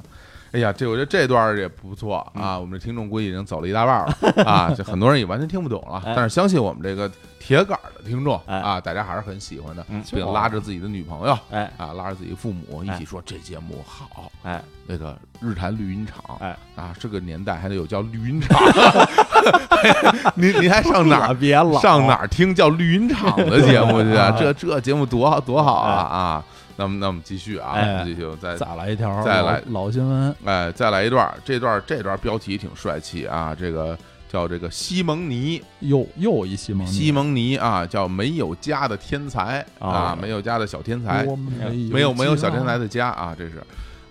哎呀，这我觉得这段儿也不错啊，我们这听众估计已经走了一大半儿了啊，这很多人也完全听不懂了，
哎
但是相信我们这个铁杆儿的听众
哎
啊，大家还是很喜欢的
嗯，
并拉着自己的女朋友
哎
啊，拉着自己父母一
哎
起说这节目好，
哎，
那个日坛绿茵场，
哎
啊，这个年代还得有叫绿茵场， 哎您您还上哪儿？
别老
上哪儿听叫绿茵场的节目去 啊？这这节目多好多好啊啊！那么那我们继续啊，
哎
我们继续我再
再来一条，
再来
老老新闻，
哎再来一段儿，这段儿这段儿标题挺帅气啊，这个叫这个西蒙尼
又又一西蒙尼，
西蒙尼啊，叫没有家的天才啊
哦，
没有家的小天才，
我没
没有没有小天才
的
的家啊，这是。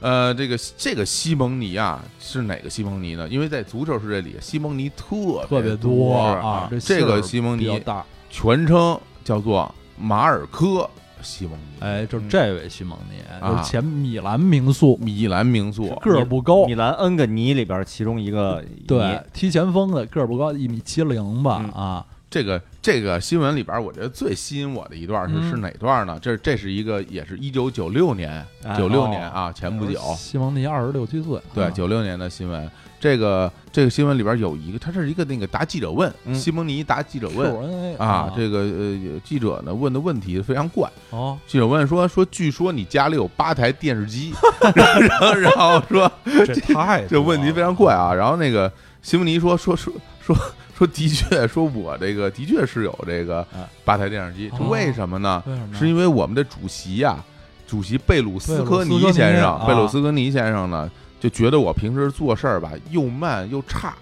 呃，这个这个西蒙尼啊，是哪个西蒙尼呢？因为在足球世界里，西蒙尼特
特
别
别多
是
啊，
这
这
个西蒙
比较
尼
大，
全称叫做马尔科西蒙尼，
哎，就是这位西蒙尼，
嗯啊
就是前米兰名宿，
米兰名宿，
个儿不高
米，兰恩格尼里边其中一个
对，踢前锋的个儿不高，一米七零吧
嗯
啊，
这个这个新闻里边，我觉得最吸引我的一段是、
嗯
是哪段呢？这这是一个也是一九九六年
哎
九六
哦嗯
年啊，前不久，
西蒙尼二十六七岁，
对
啊
九六年的新闻。这个这个新闻里边有一个，他这是一个那个答记者问，
嗯哦
西蒙尼答记者问
Q&A
啊，这个呃记者呢问的问题非常怪。
哦，
记者问说说，据说你家里有八台电视 机，然后然后说
这太
这问题非常怪啊。然后那个西蒙尼说说说说说，的确说我这个的确是有这个
啊
八台电视机，这
哦
为什么呢？
为什么呀？
是因为我们的主席呀、主席嗯贝鲁斯科尼啊先生，贝
贝
鲁
鲁
斯
斯
科尼先生呢，就觉得我平时做事儿吧又慢又差，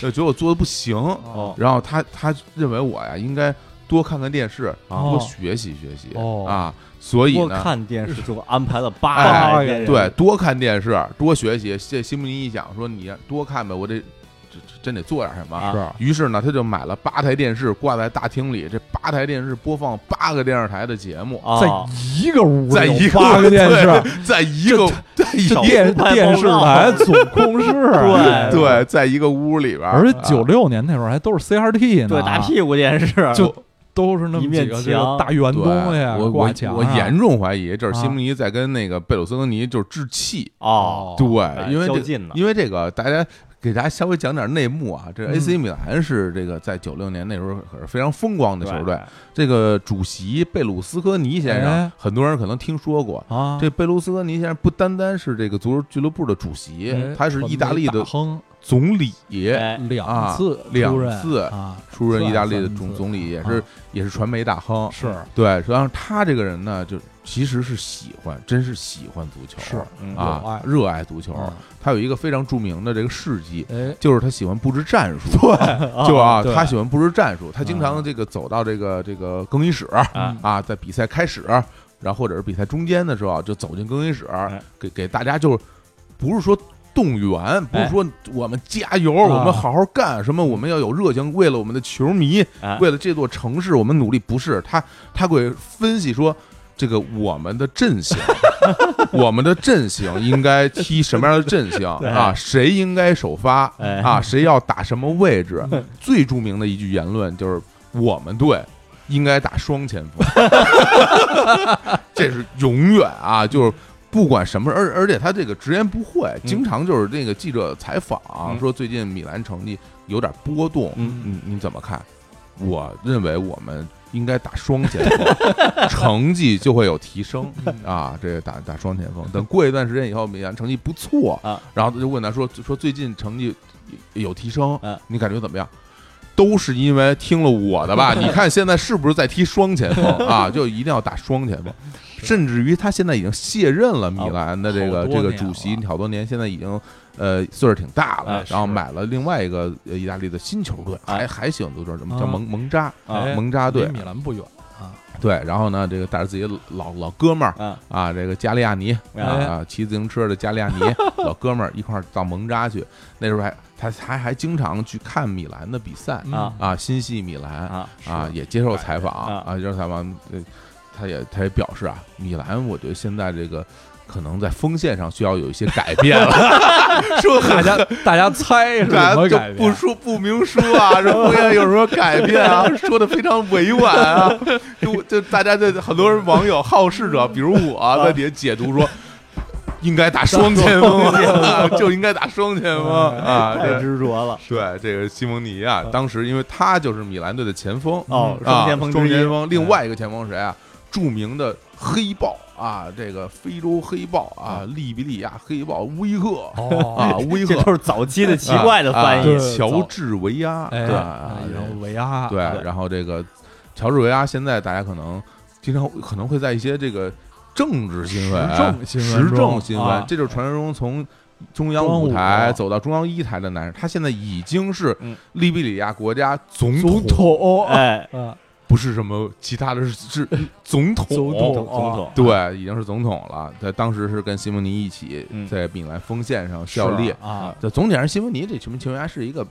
就觉得我做的不行。
哦
然后他他认为我呀应该多看看电视，
哦
多学习学习、
哦
啊。所以
多
呢，
看电视就安排了八
哎
台电视，
对，多看电视，多学习。这西蒙尼一想说，你多看呗，我得这这真得做点什么。
啊
是
于是呢，他就买了八台电视，挂在大厅里。这八台电视播放八个电视台的节目，
啊，
在一个屋里
在
有
一个
八个电 视，
对，在一个在一
少
电
拍报告
电视台总控室，哎
对
对，在一个屋里边儿，
而且
啊
九六年那会儿还都是 CRT 呢，
对大屁股电视
就都是那么
一面
几个这个
墙
大圆
对
东西啊
我
挂
我
墙
我
上
严重怀疑这是西
啊
蒙尼在跟那个贝鲁斯科尼就是置气，
哦，
对，因为
较
这
劲呢，
因为这个大家。给大家稍微讲点内幕啊，这
嗯
AC 米兰是这个在九六年那时候可是非常风光的球队
对。
这个主席贝鲁斯科尼先生
哎，
很多人可能听说过。
啊，
哎
这贝鲁斯科尼先生不单单是这个足球俱乐部的主席
哎，
他是意大利
传
的
媒大亨
总理，
哎
两次
两
出任
次
啊，
出任意大利的
算
总
算
总理，也
啊
是也是传媒大亨。
是
对，然后他这个人呢，就其实是喜欢，真是喜欢足球，
是
嗯
有
啊
爱，
热爱足球。
嗯
他有一个非常著名的这个事迹，
哎
就是他喜欢布置战术。 对，嗯就啊，
对
他喜欢布置战术，他经常这个走到这个这个更衣室
哎
啊
嗯
啊，在比赛开始，然后或者是比赛中间的时候，就走进更衣室，给给大家就是不是说。动员不是说我们加油，
啊
我们好好干什么，我们要有热情，为了我们的球迷，
啊
为了这座城市，我们努力。不是他，他会分析说，这个我们的阵型，我们的阵型应该踢什么样的阵型
对
啊？谁应该首发
哎
啊？谁要打什么位置？
嗯
最著名的一句言论就是我们队。应该打双前锋， 这是永远啊，就是不管什么，而而且他这个直言不讳，经常就是那个记者采访、啊
嗯
说，最近米兰成绩有点波动，
嗯
你你怎么看？我认为我们应该打双前 锋，成绩就会有提升
嗯
啊！这个打打双前 锋，等过一段时间以后，米兰成绩不错
啊，
然后他就问他说说最近成绩有提升
嗯，
你感觉怎么样？都是因为听了我的 吧？你看现在是不是在踢双前锋啊？就一定要打双前 锋，甚至于他现在已经卸任了米兰的这
哦好
个
多
这个
年
主席，
了
好多年，现在已经呃岁数挺大了
哎，
然后
是
买了另外一个呃意大利的新球队，还
哎
还喜欢足球，什么
啊
叫蒙蒙扎
啊
哎
蒙扎队
离？米兰不远啊，
对，然后呢，这个带着自己的老老哥们儿
啊
啊，这个加利亚尼
哎
啊，骑自行车的加利亚 尼老哥们儿一块儿到蒙扎去，那时候还他还还经常去看米兰的比赛
嗯
啊
啊，新系米兰
啊
啊，
是
也接受采访
啊
啊，接受采访，呃，他也他也表示啊，米兰，我觉得现在这个可能在锋线上需要有一些改变了， 说
大
很
家大家猜是
大
怎么
家就
改变？
不说不明说啊，说不要有什么改变啊，说的非常委婉啊，就就大家的很多人网友好事者，比如我啊在底下解读说。应该打双前锋啊，就应该打双前锋啊！
太
这
执着了
对，这个西蒙尼啊，当时因为他就是米兰队的前锋
哦，
啊，
双前锋之
双
一嗯
前锋，另外一个前锋是谁啊？著名的黑豹啊，这个非洲黑豹啊，利比利亚黑豹威赫
哦，
啊，威赫
哎这都是早期的奇怪的翻译
啊啊，
对乔治维亚，
哎，
对啊
然后维亚
对，然后这个乔治维亚现在大家可能经常可能会在一些这个政治新闻、
时政新闻
时政
中
新闻
啊
这就是传说中从。中央
中
舞
舞
台
啊
走到中央一台的男人，他现在已经是
嗯
利比里亚国家总
总统
哎，
啊，
不是什么其他的，是是总统。
总
总
统
总统，
对，已经是总统了。在当时是跟西蒙尼一起
嗯
在米兰锋线上效力。
啊，
这总体上，西蒙尼这球球员是一个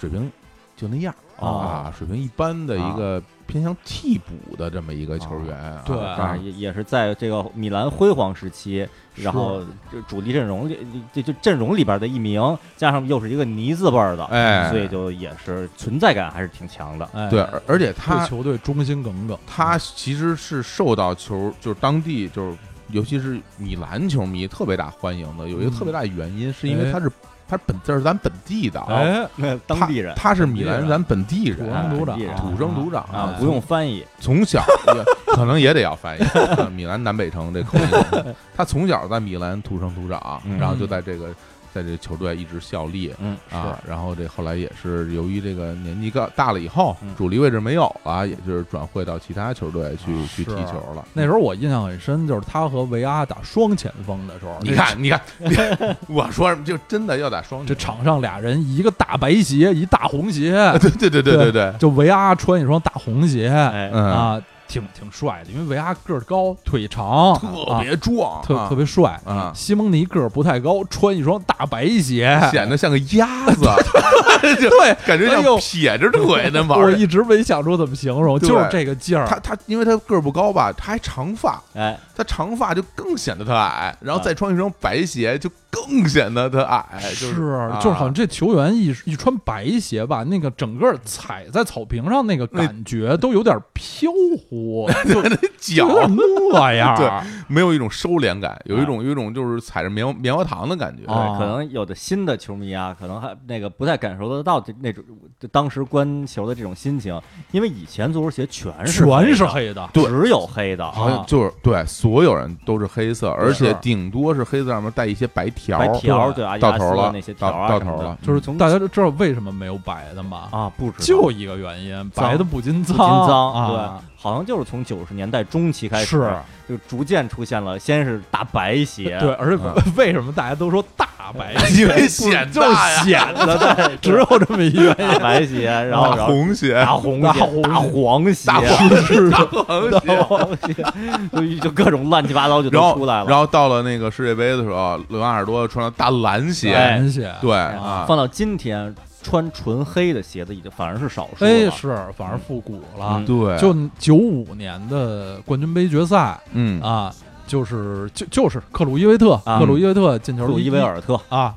水平就那样
哦
啊，水平一般的一个偏向替补的这么一个球员啊，
对
啊
啊，也也是在这个米兰辉煌时期，然
是
后这主力阵容里，这这阵容里边的一名，加上又是一个泥字辈儿的，
哎
所以就也是存在感还是挺 强的。
哎，
对，而而且
对
他
球队忠心耿耿，
他其实是受到球就是当地就是尤其是米兰球迷特别大欢迎的，有一个
嗯
特别大的原因是因为
哎
他是他是本这是咱本地的，啊
哎，
那当地人
他他是米兰
本地人
咱本地人，
土生土
本地人
长，
哎土生土长
啊，
从
不用翻译，
从小也可能也得要翻译啊米兰南北城这口 音。他从小在米兰土生土长
嗯，
然后就在这个在这球队一直效力
嗯，
啊。然后这后来也是由于这个年纪大大了以后
嗯，
主力位置没有了，也就是转会到其他球队去
啊
去踢
是
球了。
那时候我印象很深，就是他和维阿打双前锋的时候，
你看，你看，你看 我说什么就真的要打双
这
节，
场上俩人一个大白鞋，一大红鞋
对 对对对对对，
就维阿穿一双大红鞋
哎，
嗯，
啊，挺挺帅的，因为维阿个儿高，腿长，
特
啊
别壮，
特
啊
特别帅
啊
西蒙尼个儿不太高，穿一双大白鞋，
显得像个鸭子， 就
对，
感觉
哎
像
呦
撇着腿那玩
我
儿。
一直没想出怎么形容，
对
就是这个劲儿。，
他他因为他个儿不高吧，他还长发，
哎，
他长发就更显得他矮，然后再穿一双白鞋就更显得他矮，就是啊
就是好 像这球员一一穿白鞋吧，那个整个踩在草坪上那个感觉都有点飘 忽，就
脚
就 有点那样。
对没有一种收敛感，有一种有一种就是踩着棉花棉花糖的感觉。
啊
可能有的新的球迷啊，可能还那个不太感受得到这那种就当时观球的这种心情，因为以前足球鞋全是
全
是
是，黑的，
只有黑的，
好像
啊
就是对，所有人都是黑色，而且顶多是黑色上面带一些白条，
白条
对
对阿迪
到
达斯
头
的
了
那些，条
到
啊
到
什么
头
的
了，
就是
从
大家都知道为什么没有白的吗？
啊，不知道
就一个原因，白的不禁
不
脏，
禁脏，
啊，
对，好像就是从九十年代中期开始，
是，
就逐渐出现了，先是大白鞋，
对，，而且
嗯
为什么大家都说大白
因为显
就是
大呀，
显得对，只有这么一原因。
大白鞋，然后
大
然后
红鞋，
大红
大
鞋、
红
大黄鞋、
大
大
是是是，
红
黄鞋，就就各种乱七八糟就
然
都
后
出来了
然。后到了那个世界杯的时候，伦瓦尔多穿了大蓝鞋，
哎
感谢。
对
哎
啊，
放到今天，穿纯黑的鞋子已经反而是少数
哎，
了。
是，反而复古了。
嗯
对，
就九五年的冠军杯决赛
嗯
啊，就是就就是克鲁伊维特，
啊
克鲁伊维特进球
鲁伊维尔特
啊，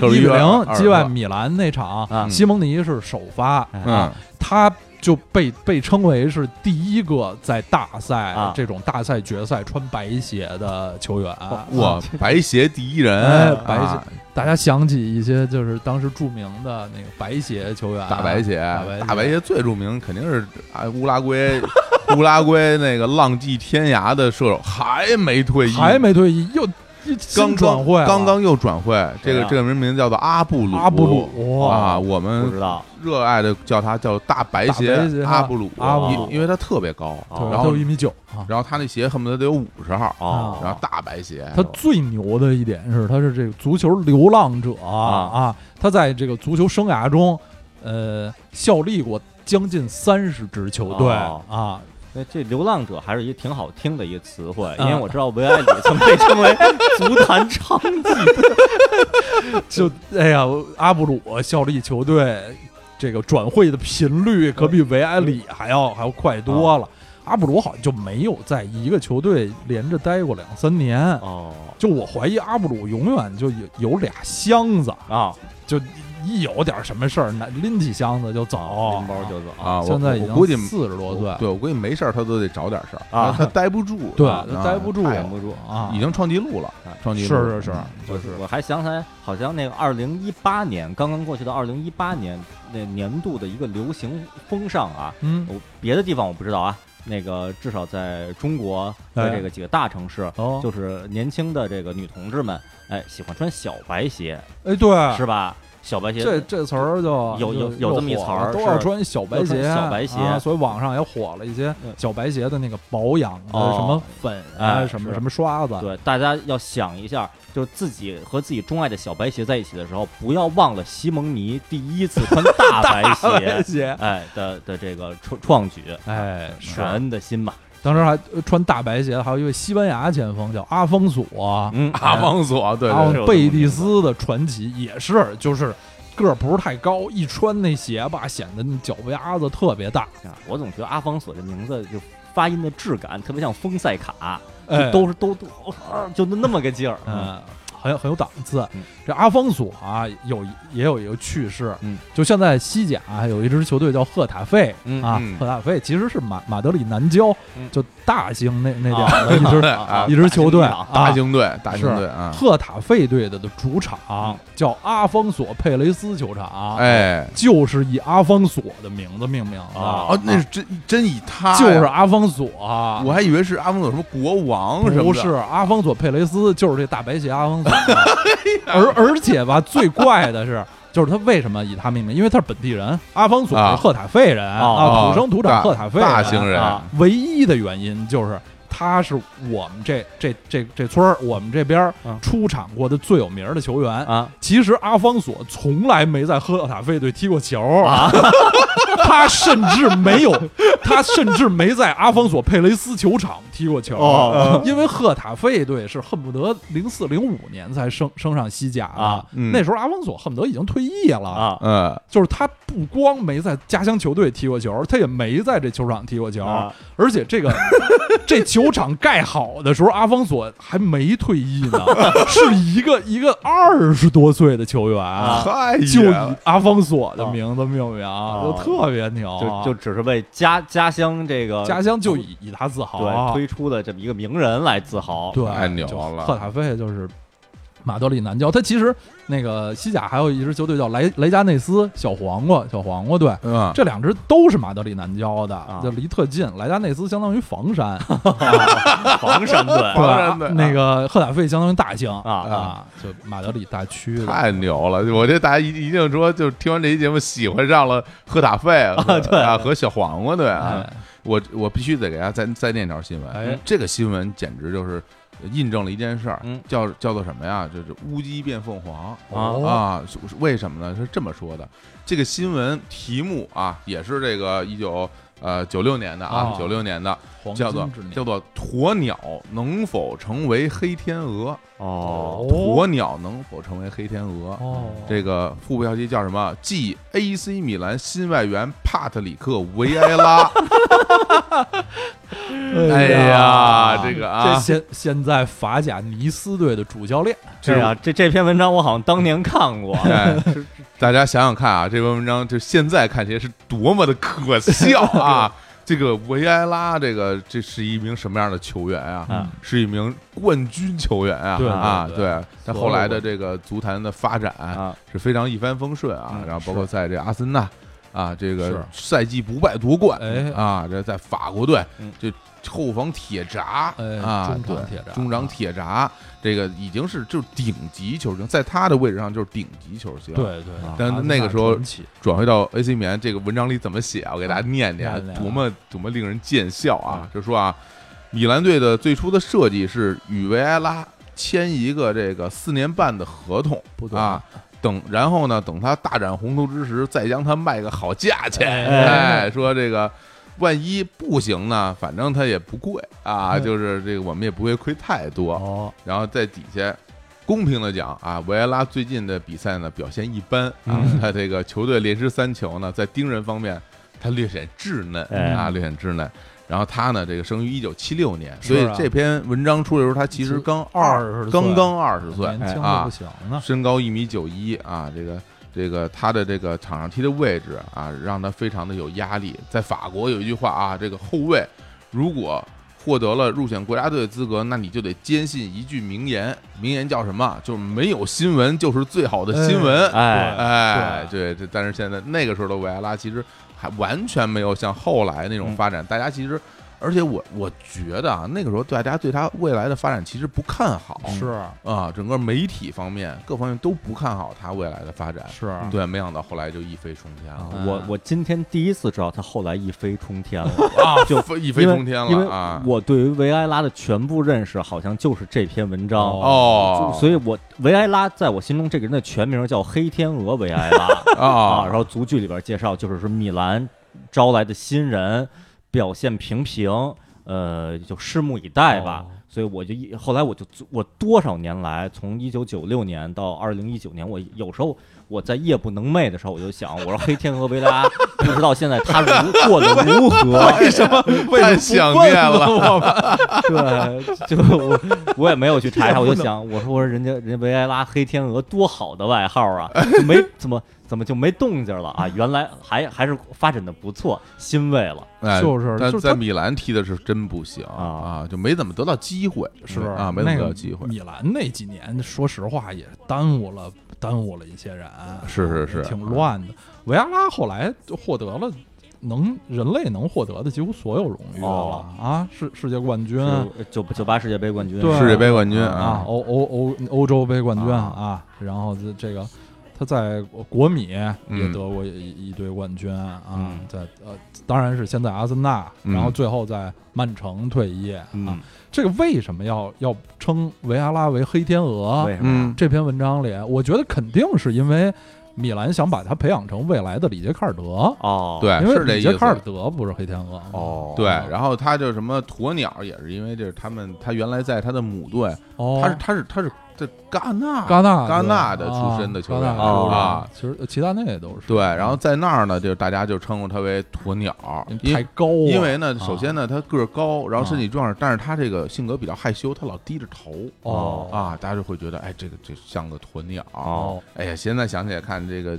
克鲁
一
伊
比
维
零
尔
击败米兰那场，
啊
嗯
西蒙尼是首发，
哎
嗯，
他就被被称为是第一个在大赛
啊
这种大赛决赛穿白鞋的球员。
哇，白鞋第一人，
哎
哦啊
白鞋大家想起一些就是当时著名的那个白鞋球员，啊
大白鞋，
大白鞋
大白鞋最著名肯定是啊乌拉圭，乌拉圭那个浪迹天涯的射手还没退役，
还没退役，又一
刚
新
刚
转会了，啊
刚刚又转会，这个这个人名字叫做阿布鲁，
阿布鲁
啊，我
不
们
知道
热爱的叫他叫大白
大白鞋啊
阿布鲁，
阿布
鲁
因因为他特别高，
哦
然
对，
后
都一米九啊。
然后他那鞋恨不得得有五十号，
哦，
然后大白鞋，
他最牛的一点是，他是这个足球流浪者啊他在这个足球生涯中，呃，效力过将近三十支球队
哦
啊。
那这流浪者还是一个挺好听的一个词汇，因
啊
为我知道维埃里曾被称为足坛娼妓，
就哎呀，阿布鲁效力球队这个转会的频率可比维埃里还要还要快多了。阿布鲁好像就没有在一个球队连着待过两三年，
哦
就我怀疑阿布鲁永远就有有俩箱子，
啊，
就一有点什么事儿，那拎起箱子就走，
拎包就走
啊，我
现在已
我
经
估计
四十多岁，
对我估计没事儿，他都得找点事儿
啊
他待不住，
对
啊
他待不住
太
忍不住。嗯
啊，
已经创纪录了，创纪
是
录嗯
是是，
就是我还想起来，好像那个二零一八年刚刚过去的二零一八年那年度的一个流行风尚啊，
嗯
我别的地方我不知道啊，那个至少在中国
哎
的这个几个大城市，
哦，
就是年轻的这个女同志们，哎，喜欢穿小白鞋，
哎对，
是吧？小白鞋，
这这词儿就
有有
就
有这么一
又火
词儿
了都
是
要穿小白鞋，
要穿小白鞋
啊所以网上也火了一些
嗯
小白鞋的那个保养的
哦
呃什么粉啊，
哎
什么
是
什么刷子，
对，大家要想一下，就是自己和自己钟爱的小白鞋在一起的时候，不要忘了西蒙尼第一次穿大白
大
鞋，
鞋，
哎的的这个创创举，
哎
感
是。
恩的心嘛，
当时还呃穿大白鞋的还有一位西班牙前锋叫阿方索，啊
嗯，
哎阿方索，对
阿
对
是
方
有这么
贝蒂斯的传奇也是，就是个儿不是太高，一穿那鞋吧，显得你脚丫子特别大。
啊我总觉得阿方索这名字就发音的质感特别像丰塞卡，就
哎，
都是都都啊就那么个劲儿。啊
嗯，很有很有档次
嗯。
这阿方索啊，有也有一个趣事，
嗯，
就现在西甲啊有一支球队叫赫塔费
嗯
啊
嗯，
赫塔费其实是马马德里南郊
嗯
就大兴那那点
啊
儿的一支
啊
一支球队，
啊
大
啊
兴队，大
哎是
兴队啊，
赫塔费队的的主
嗯
场叫阿方索佩雷斯球场，，
哎，
就是以阿方索的名字命名
啊
的，
哦，那是真真以他呀，
就是阿方索啊。
我还以为是阿方索什么国王什么的，
不是阿方索佩雷斯，就是这大白鞋阿 方索。而而且吧，最怪的是，就是他为什么以他命名？因为他是本地人，阿方索
啊
是赫塔费人
哦
啊，
哦
土生土长
大
赫塔费
大兴人
啊
唯一的原因就是他是我们这这这这村儿，我们这边儿
啊
嗯
出场过的最有名儿的球员。
啊
其实阿方索从来没在赫塔费队踢过球，
啊！
他甚至没有，他甚至没在阿方索佩雷斯球场踢过球，
哦
因为赫塔费队是恨不得零四零五年才升升上西甲的
啊
嗯
那时候阿方索恨不得已经退役了，
啊
嗯，
就是他不光没在家乡球队踢过球，他也没在这球场踢过球，
啊
而且 这个这球场盖好的时候，阿方索还没退役 呢，是一个一个二十多岁的球员。
啊
太
就
野了
以阿方索的名字命名，就特别牛啊，
就就只是为家家乡这个
家乡就以以他自豪啊，
对推出的这么一个名人来自豪。
对，
太牛
就
了
赫塔费就是马德里南郊，他其实那个西甲还有一支球队叫莱莱加内斯小黄瓜小黄瓜队。
嗯，
这两支都是马德里南郊的，
啊
就离特近。莱加内斯相当于 房山，
啊房山队
房
吧
山队
那个赫塔费相当于大兴啊
啊
就马德里大区的。
太牛了！我这大家一一定说，就是听完这期节目喜欢上了赫塔费和
对
啊和小黄瓜队啊
哎，，
我我必须得给大家再再念条新
哎
闻，这个新闻简直就是印证了一件事儿
嗯，
叫叫做什么呀？就是乌鸡变凤凰。
哦
啊
啊，是是为什么呢？是这么说的，这个新闻题目啊，也是这个一九呃九六年的啊，
哦
九六年的，
黄
叫做
金之年
叫做鸵鸟能否成为黑天鹅？
哦
鸵鸟能否成为黑天鹅？
哦，
这个副标题叫什么？继 AC 米兰新外援帕特里克·维埃拉，哎呀，这个
这
啊，
现现在法甲尼斯队的主教练，
对啊，这这篇文章我好像当年看过
哎，大家想想看啊，这篇文章就现在看起来是多么的可笑啊！ 这个维埃拉，这个这是一名什么样的球员啊？
嗯
是一名冠军球员啊！
对
啊，
对
对，他后来的这个足坛的发展
啊
是非常一帆风顺啊，
嗯
然后包括在这阿森纳啊，这
是
个赛季不败夺冠
哎
啊，这在法国队
嗯
这后防铁闸
哎
啊，
中场
对
铁闸嗯
中场铁闸，这个已经是就是顶级球星，在他的位置上就是顶级球星。
对。对
啊，
但
阿森
那
纳
个时候
传奇
转回到 AC 米兰这个文章里怎么写啊？我给大家念念
念，念啊嗯
多么多么令人见笑啊！就说啊，米兰队的最初的设计是与维埃拉签一个这个四年半的合同
不短
啊，等然后呢，等他大展宏图之时，再将他卖个好价钱。
哎
哎，说这个。万一不行呢？反正他也不贵啊，
哎
就是这个我们也不会亏太多。
哦，
然后在底下公平的讲啊，维埃拉最近的比赛呢表现一般啊，
嗯
他这个球队连失三球呢，在盯人方面他略显稚嫩
哎
啊，略显稚嫩。然后他呢，这个生于一九七六年，
是
所
啊
以这篇文章出的时候，他其实刚
20岁
刚刚二十岁
年轻的
啊
不，行呢。
身高一米九一啊，这个。这个他的这个场上踢的位置啊，让他非常的有压力。在法国有一句话啊，这个后卫如果获得了入选国家队的资格，那你就得坚信一句名言，名言叫什么？就是没有新闻就是最好的新闻。
哎
哎，对，这但是现在那个时候的维埃拉其实还完全没有像后来那种发展，大家其实，而且我我觉得啊，那个时候大家对他未来的发展其实不看好，
是
啊，整个媒体方面各方面都不看好他未来的发展。
是，
对，没想到后来就一飞冲天了，
我我今天第一次知道他后来一飞冲天了，
啊，
就
飞一
一
飞冲天了啊！
我对于维埃拉的全部认识好像就是这篇文章
哦
所以我维埃拉在我心中这个人的全名叫黑天鹅维埃拉啊，
啊
然，后足剧里边介绍就是说米兰招来的新人表现平平，呃，就拭目以待吧。所以我就一后来我就我多少年来，从一九九六年到二零一九年，我有时候我在夜不能寐的时候，我就想，我说黑天鹅维拉 不知道现在他如过得如何？ 为什么？
为什么
太
不
想
问
念了
问我们？
对，就我我也没有去查一查，我就想，我说我说人家人家维埃拉黑天鹅多好的外号啊，就没怎么怎么就没动静了啊？原来还还是发展的不错，欣慰了。
哎
就是
但
就是
在
他
米兰踢的是真不行
啊
啊，就没怎么得到机会，啊，没怎么得
那个
到机会，
米兰那几年，说实话也耽误了，耽误了一些人，
是是啊是
也挺乱的。维阿拉后来就获得了能人类能获得的几乎所有荣誉了、
哦
啊，世世界冠军
是九九八世界杯冠军，
啊对
世界杯冠军
啊，欧欧欧欧洲杯冠军啊然后这这个他在国米也
嗯
得过一一堆冠军啊，
嗯
在呃当然是先在阿森纳，
嗯
然后最后在曼城退役啊。
嗯，
这个为什么要要称维阿拉为黑天鹅
为？什么？
嗯，
这篇文章里，我觉得肯定是因为米兰想把他培养成未来的里杰卡尔德，
哦，
对，
因为
哎是这
里
意
杰卡尔
思。
德不是黑天鹅吗
哦，
对，然后他就什么鸵鸟，也是因为这是他们，他原来在他的母队，
哦，
他是他是他是在戛纳，
戛纳
戛纳
对
的
吧
出身
啊
的球
戛纳
员
出身的
啊
其实齐达内也都是
对，然后在那儿呢，就大家就称呼他为鸵鸟，
嗯
因
太高啊，
因为呢，
啊
首先呢，他个儿高，然后
啊
身体壮实，但是他这个性格比较害羞，他老低着头
哦
啊，大家就会觉得，哎，这个这像个鸵鸟。
哦，
哎呀，现在想起来看这个，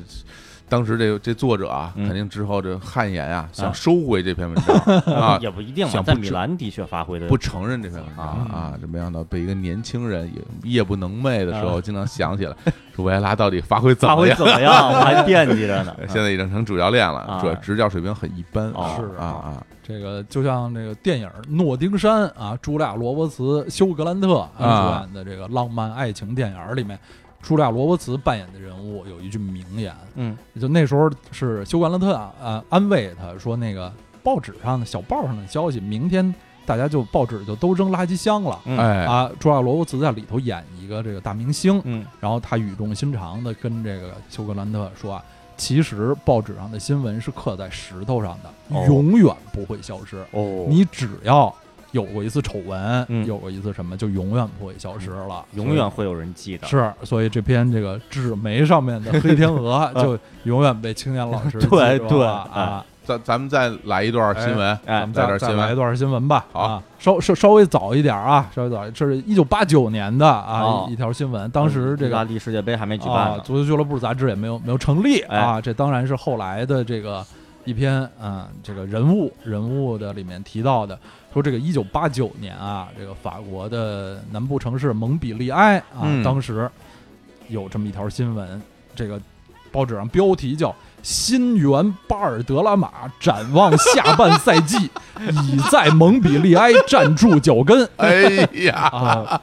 当时这个这作者啊，
嗯
肯定之后这汗颜啊，
啊
想收回这篇文 章啊，
也不一定嘛，
想
在
不
米
知
兰的确发挥的
不承认这篇文章
嗯
啊，这没想到被一个年轻人也夜不能寐的时候，
啊
经常想起来，说维埃拉到底发挥怎
发
么
挥
样？。
怎么样？我还惦记着呢
现在已经成主教练了
啊，
主要执教水平很一般
哦
啊
是
啊啊，
这个就像这个电影《诺丁山》啊，朱莉亚·罗伯茨、休·格兰特
啊
主演的这个浪漫爱情电影里面，朱莉亚·罗伯茨扮演的人物有一句名言，
嗯，
就那时候是休·格兰特啊、呃安慰他说，那个报纸上的小报上的消息，明天大家就报纸就都扔垃圾箱了。
嗯
哎，
啊，朱莉亚·罗伯茨在里头演一个这个大明星，
嗯，
然后他语重心长地跟这个休格兰特说啊，其实报纸上的新闻是刻在石头上的，
哦
永远不会消失。
哦
你只要有过一次丑闻，
嗯
有过一次什么，就永远不会消失了，
永远会有人记得。
所以。是，所以这篇这个纸媒上面的黑天 鹅就永远被青年老师记住
对对
了啊！
咱咱们再来一段新闻，
咱
哎
们，
再点
再再
新闻
来一段新闻吧。
好
啊，稍稍稍微早一点啊，稍微早一，这是一九八九年的啊
哦
一一条新闻，当时这
嗯意
个
大利世界杯还没举办
啊，
呢。
足球俱乐部杂志也没有没有成立、
哎
啊，这当然是后来的这个一篇啊、这个人物人物的里面提到的，说这个一九八九年啊，这个法国的南部城市蒙彼利埃啊，
嗯
当时有这么一条新闻，这个报纸上标题叫。新援巴尔德拉马展望下半赛季，已在蒙彼利埃站住脚跟
哎呀，
啊！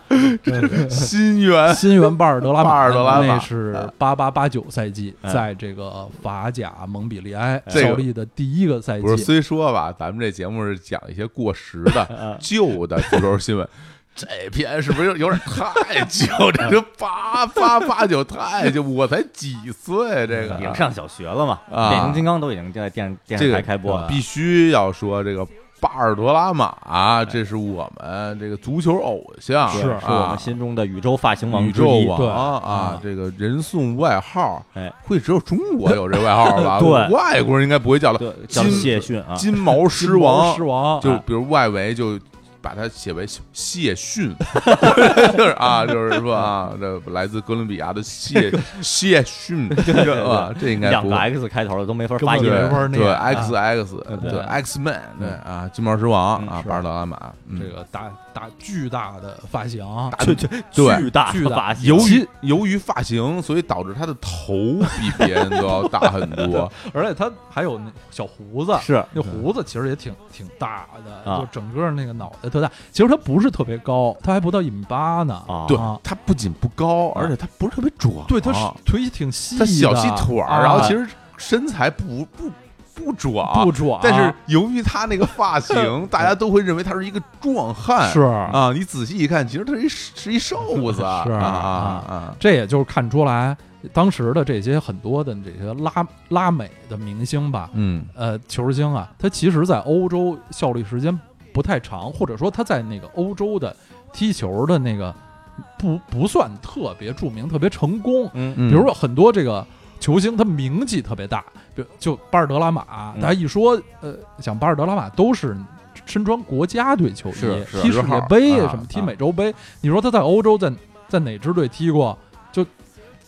新 源
新援巴尔德拉马，
巴尔德拉啊马
那是八八八九赛季，
嗯
在这个法甲蒙彼利埃
哎这个
效力的第一个赛
不是，
季。
虽说吧，咱们这节目是讲一些过时的、旧的足球新闻，这篇是不是有有点太旧？这就八八八九太旧，我才几岁？啊这
已
个
经上小学了嘛？
啊
变形金刚都已经在电电
这
视
个
台开播啊了。
必须要说这个巴尔德拉马，啊这是我们这个足球偶像，
是
是我
啊
们，心中的宇宙发型王
宇
之
宙
一。
王
对
啊
啊，
这个人送外号，
哎，
会只有中国有这外号吧？
对
外国人应该不会叫
对
了，，
叫
金
谢逊啊，
金毛狮王
狮，王
就
哎
比如外围就把它写为谢逊， 就是啊，就是说啊，这来自哥伦比亚的 谢谢逊，这啊，这应该
两
不
个
会
X 开头的都没法发
对
音
根。本没法念
对
啊
X X
对
对 X Man 对
嗯
啊，金毛狮王
嗯
啊，
是
巴尔德拉马，嗯
这个大大巨大的发型，
巨巨
对
巨大
巨
的
大
发型，
由于由于发型，所以导致他的头比别人都要大很
啊
多。
而且他还有那小胡子，
是
那胡子其实也挺挺大的，
啊
就整个那个脑袋特大。其实他不是特别高，他还不到一米八呢。
啊，
对
啊，
他不仅不高，而且他不是特别壮，
对，他是
啊
腿挺细
他
的，
小细腿
啊
儿，然后其实身材不不不壮啊
不，啊壮，
但是由于他那个发 型，大家都会认为他是一个壮汉。
是
啊，你仔细一看，其实他是一是一瘦子啊
是
啊
啊
啊！
这也就是看出来当时的这些很多的这些拉拉美的明星吧，
嗯，
呃，球星啊，他其实在欧洲效力时间不太长，或者说他在那个欧洲的踢球的那个不不算特别著名、特别成功。
嗯
嗯
比如说很多这个球星，他名气特别大，比如就巴尔德拉马，
嗯
大家一说呃，想巴尔德拉马都是身穿国家队球衣
是，是
踢世
十号
界杯
啊
什么，踢
啊
美洲杯。你说他在欧洲在在哪支队踢过？就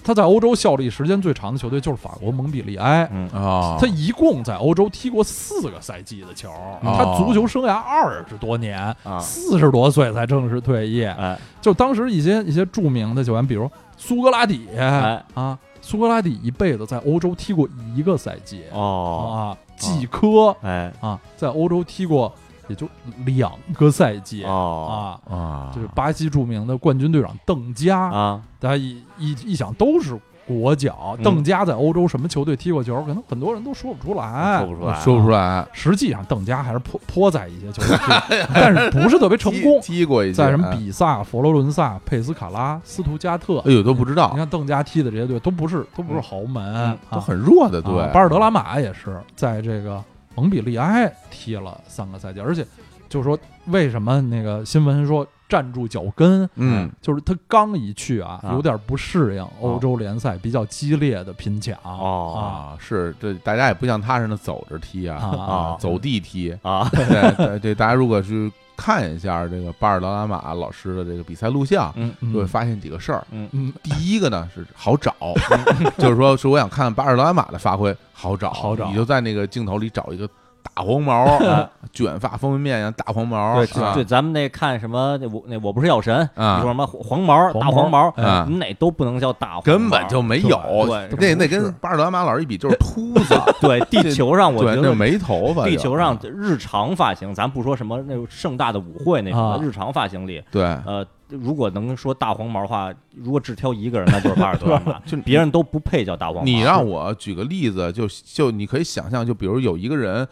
他在欧洲效力时间最长的球队就是法国蒙彼利埃。
嗯
啊，
他一共在欧洲踢过四个赛季的球，他足球生涯二十多年，
啊，
嗯
四十多岁才正式退役。
哎
就当时一些一些著名的球员，比如苏格拉底、
哎
啊，苏格拉底一辈子在欧洲踢过一个赛季、
哦，
啊，季科
哎
啊，在欧洲踢过也就两个赛季、
哦
啊。
啊，
就是巴西著名的冠军队长邓加，
啊
大家一一一想都是国脚。
嗯
邓加在欧洲什么球队踢过球，可能很多人都说不出来，
说不出来，
哎嗯说不出来，
实际上，邓加还是颇颇在一些球队踢过，但是不是特别成功
踢，踢过一些，
在什么比萨、佛罗伦萨、佩斯卡拉、斯图加特
哎，，哎呦都不知道
你，看邓加踢的这些队都不是都不是豪门，啊
嗯都很弱的，
啊
对，
巴尔德拉马也是在这个蒙彼利埃踢了三个赛季，而且就是说为什么那个新闻说站住脚跟，
嗯，
就是他刚一去啊，
啊
有点不适应欧洲联赛比较激烈的拼抢
哦
啊，是这大家也不像他似的走着踢
啊
啊，
啊
啊，
走地踢
啊
对对对，大家如果去看一下这个巴尔德拉马老师的这个比赛录像，
嗯
嗯
就会发现几个事儿。
嗯，
第一个呢是好找， 就是说是我想看巴尔德拉马的发挥，好找，
好找
你就在那个镜头里找一个大黄毛，
哎
卷发方便面一样大黄毛，啊
对
是吧
对，咱们那看什么那我那我不是药神，
啊
你说什么黄毛
黄
大
毛
黄毛，
哎
你哪都不能叫大黄毛，
根本就没有那
对，
那
这不
跟
是
巴尔德拉马老师一比就是秃子，
对地球上我
对，
觉
那
得。
没头发就，
地球上日常发型，咱不说什么那种盛大的舞会那种
啊
的，日常发型里，
对，
呃，如果能说大黄毛的话，如果只挑一个人，那就是巴 尔德拉马，
就
别人都不配叫大黄毛。
你让我举个例子，就就你可以想象，就比如有一个人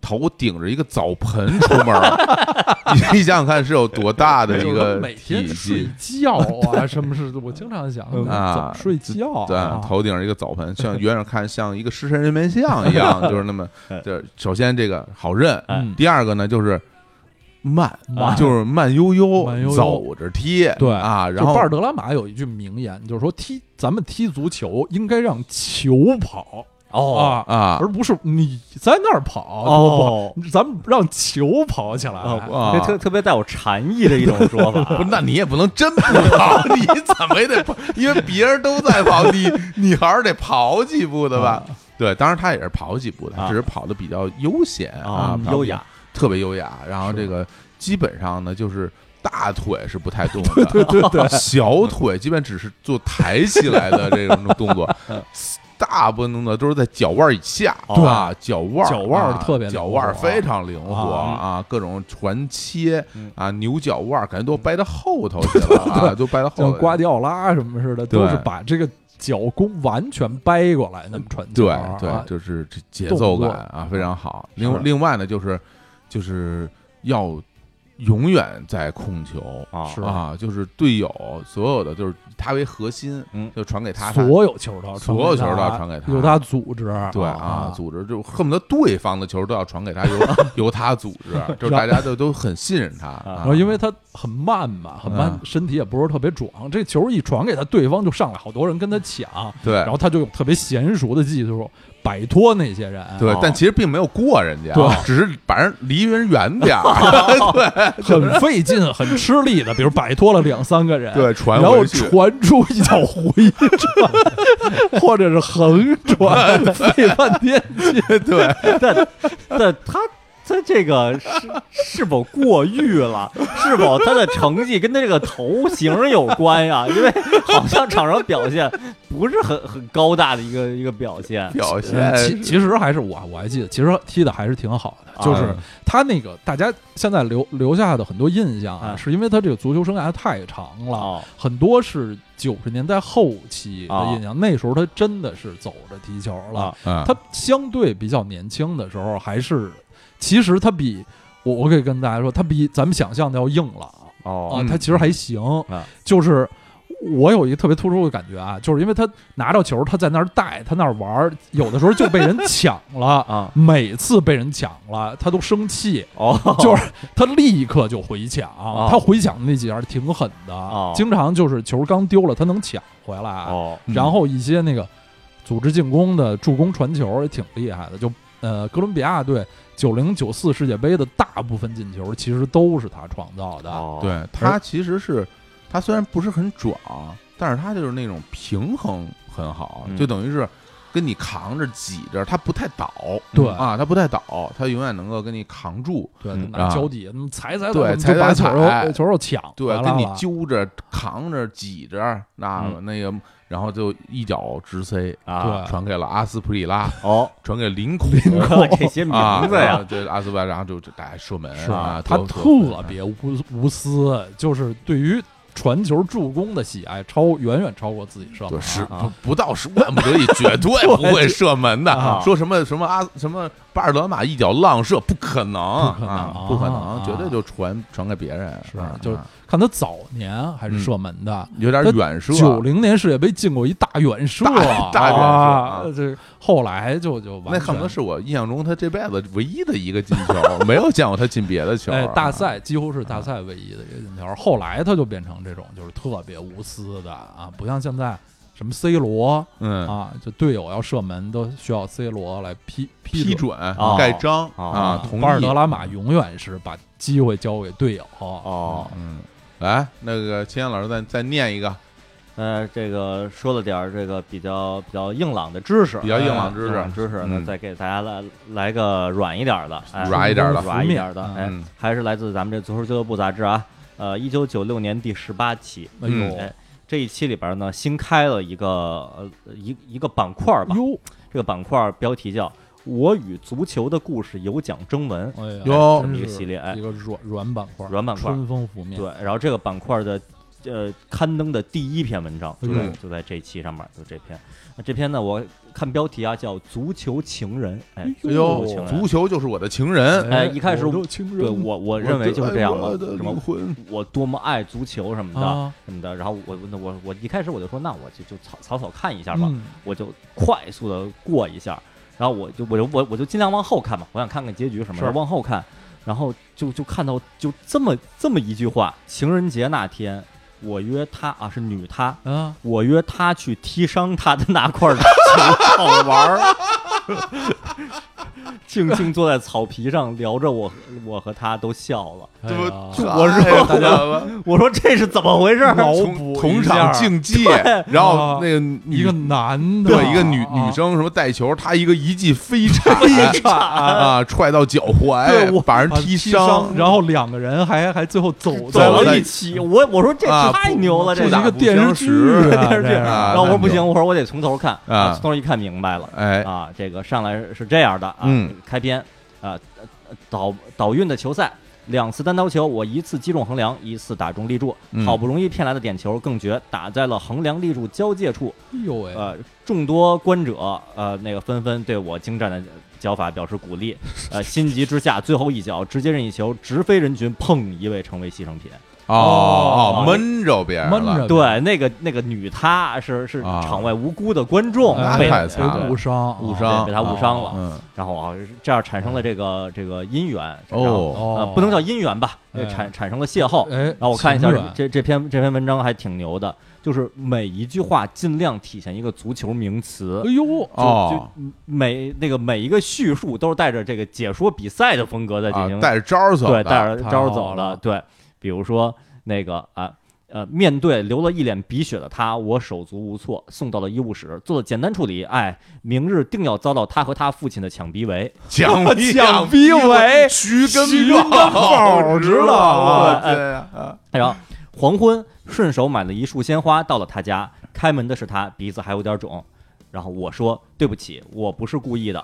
头顶着一个澡盆出门儿， 你想想看是有多大的一
就是
个
每天
体
睡
积。
觉啊， 什么是？我经常想
嗯
怎么睡觉啊？
对，头顶着一个澡盆，像远远看像一个狮身人面像一样，就是那么
哎。
就是首先这个好认，
嗯
第二个呢就是慢，
慢
就是慢悠悠
慢悠悠
走着踢，
对
啊，
就
然后
巴尔德拉马有一句名言，就是说踢咱们踢足球应该让球跑
哦
啊，
啊
而不是你在那儿跑多不好
哦，
咱们让球跑起来。
啊
这特特别带有禅意的一种 说
不
法
是，。那你也不能真不 跑，你怎么也得跑，因为别人都在跑，你你还是得跑几步的
嗯
吧？对，当然他也是跑几步的，他
啊
只是跑的比较悠闲
啊
啊，跑得
优雅，
特别优雅。然后
嗯是
这个基本上呢，就是大腿是不太动
对
的，
对 对，
小腿基本只是做抬起来的这种动 作。
嗯
大部分动作都是在脚腕以下，
哦
啊，脚腕儿
脚腕儿
啊
特别灵
脚腕儿
活啊
非常灵活
啊
啊，各种传切
嗯
啊，牛脚腕儿感觉
嗯
都掰到后头去 了啊，都掰到后
像
头去
瓜
了。
迪奥拉什么似的，
对
都是把这个脚弓完全掰过来那么传球
对
啊。
对，就是这节
动
奏
作
感啊非常好。
是
另另外呢，就是就是要永远在控球
啊
是
啊，就是队友所有的就是以他为核心，
嗯
就传给他，他
所有球都要传给他
所有球都要传给他
由他组织。
对啊，组织就恨不得对方的球都要传给他， 由由他组织，就是大家都都很信任他。啊
然
然后因为他很慢嘛，很慢
嗯，
身体也不是特别壮。这球一传给他，对方就上来好多人跟他抢，
对
然后他就用特别娴熟的技术摆脱那些人，
对
哦，
但其实并没有过人家，啊
对
只是把人离人远点儿。
很费劲、很吃力的，比如摆脱了两三个人，
对传
然后
回去
传出一脚回传，或者是横传，费半天 劲。
对，
但但他他这个是是否过誉了？是否他的成绩跟他这个头型有关呀？因为好像场上表现不是很很高大的一个一个表现。
表
哎其
现
呃其实还是我我还记得，其实踢的还是挺好的，就是
啊
他那个大家现在留留下的很多印象啊，
啊
是因为他这个足球生涯太长了，
啊
哦
很多是九十年代后期的印象，那时候他真的是走着踢球了。
啊
啊
他相对比较年轻的时候，还是其实他比我我可以跟大家说，他比咱们想象的要硬朗
哦
啊，
嗯
他其实还行
啊，。
就是我有一个特别突出的感觉啊，就是因为他拿到球，他在那儿带，他那儿玩儿，有的时候就被人抢了
啊，
每次被人抢了，他都生气，
哦，
就是他立刻就回抢，
哦
他回抢的那几下挺狠的，
哦
经常就是球刚丢了，他能抢回来，
哦，
嗯
然后一些那个组织进攻的助攻传球也挺厉害的，就呃哥伦比亚队九零九四世界杯的大部分进球其实都是他创造的，
哦，
对他其实是他虽然不是很壮，但是他就是那种平衡很好
嗯，
就等于是跟你扛着挤着，他不太倒。
对
啊，他不太倒，他永远能够跟你扛住，
对，
嗯
拿
啊
脚底嗯踩踩
对
踩，
踩
就
踩
把球
踩
又球又抢回
对
来，
跟你
了啊
揪着、扛着、挤着，那个
嗯
那个，然后就一脚直塞，
啊，
传给了阿斯普里拉，
哦，
传给 林孔。
哇这些名
啊，
字
然后
呀，
对阿斯拜然后就就大家射门
是
啊，
他
得分
特别无无私，就是对于传球助攻的喜爱超远远超过自己射
对，十
啊
不不到十，万不得已，绝 对不会射门
啊
的。说什么什么阿什么巴尔德马一脚浪射，不可能
不可能
啊，不可
啊
能，绝对就传传给别人，
是
啊
就是
啊嗯
看他早年还是射门的，
有点远射，
九零年世界杯进过一大远射，
大大远射
啊
啊，
这后来就就完
那
全
恨不得是我印象中他这辈子唯一的一个进球， 没有见过他进别的球。
哎，大
啊
赛几乎是大赛唯一的一个进球。后来他就变成这种就是特别无私的啊，不像现在什么 C 罗
嗯
啊，就队友要射门都需要 C 罗来批批
批
准
准盖章
哦
啊，同
巴尔德
意。
拉马永远是把机会交给队友。
哦，
嗯，来，那个秦岩老师再再念一个，
呃，这个说了点儿这个比较比较硬朗的知识，
比较硬朗
哎
知识
知识，那
嗯
再给大家来来个软一点儿的，哎
软一点儿的
软一点儿的，哎
嗯，
还是来自咱们这足球俱乐部杂志啊，呃，一九九六年第十八期，
哎呦
嗯
哎这一期里边呢，新开了一个呃一一个板块吧，
哟，
这个板块标题叫“我与足球的故事有奖征文
哎呀，
哟
真
这么一个
是
系列哎
一个软软板块，
软板块
春风拂”，面。
对，然后这个板块的呃刊登的第一篇文章就在
嗯
就在这期上面，就这篇，那这篇呢我看标题啊叫《足球情人》，哎，
哎
哎
呦
呦
足球情，人，
足球就是我的情人，哎
哎一开始
我的情人
对我我认为就是这样的，什么
魂
我多么爱足球什么的、
啊，
什么的，然后我那我我一开始我就说那我就就草草草看一下吧，
嗯，
我就快速的过一下，然后我就我就我我就尽量往后看嘛，我想看看结局什么的，
是
往后看，然后就就看到就这么这么一句话：情人节那天，我约他啊是女他，
啊，
我约他去踢伤他的那块球好玩儿。静静坐在草皮上聊着我，我和他都笑了。
哎
这不
呀
就
我是
哎大家
我说这是怎么回事儿？
脑
同
补
同
一
场
下
竞技，然后那个女
一个男的，
对一个女
啊
女，生什么带球，她一个一记飞铲 啊，踹到脚
对
踝，
我
哎把人
啊
踢
伤，然后两个人还还最后走
走
了
走
了
了
一
一起，我我说这
啊
太牛了，
不
这
一
不打
个电视剧啊，
电视剧
这
啊
然后我说
那
不行，
就
我说我得从头看
啊
从头一看明白了
哎
啊，这个上来是这样的啊
嗯，
开篇啊，呃倒倒运的球赛。两次单刀球，我一次击中横梁，一次打中立柱。
嗯
好不容易骗来的点球更绝，打在了横梁立柱交界处。
哎呦喂，
呃，众多观者呃，那个纷纷对我精湛的脚法表示鼓励。呃，心急之下，最后一脚直接任意球直飞人群，砰一位成为牺牲品。
哦
哦
哦闷着别人了，
闷着，
对，那个那个女她是是
啊
场外无辜的观众
哎
被
太惨了
被误伤，
误
啊
伤
被被她误伤了，
嗯
然后啊这样产生了这个这个姻缘然后
哦
嗯哦
呃，不能叫姻缘吧，
哎
产产生了邂逅。
哎，
然后我看一下
情人
这这篇这篇文章还挺牛的，就是每一句话尽量体现一个足球名词
哎，呦，
就
哦
就每那个每一个叙述都是带着这个解说比赛的风格在进
啊
行，
带着招儿走
对，
的，
带着
太
招儿
好
走
了
了。对，比如说那个啊。呃，面对流了一脸鼻血的他，我手足无措，送到了医务室，做了简单处理。哎，明日定要遭到他和他父亲的抢逼围。
蒋
蒋逼为
徐根
徐根宝知
知
道啊
道，对啊，
然后黄昏，顺手买了一束鲜花，到了他家，开门的是他，鼻子还有点肿。然后我说：“对不起，我不是故意的。”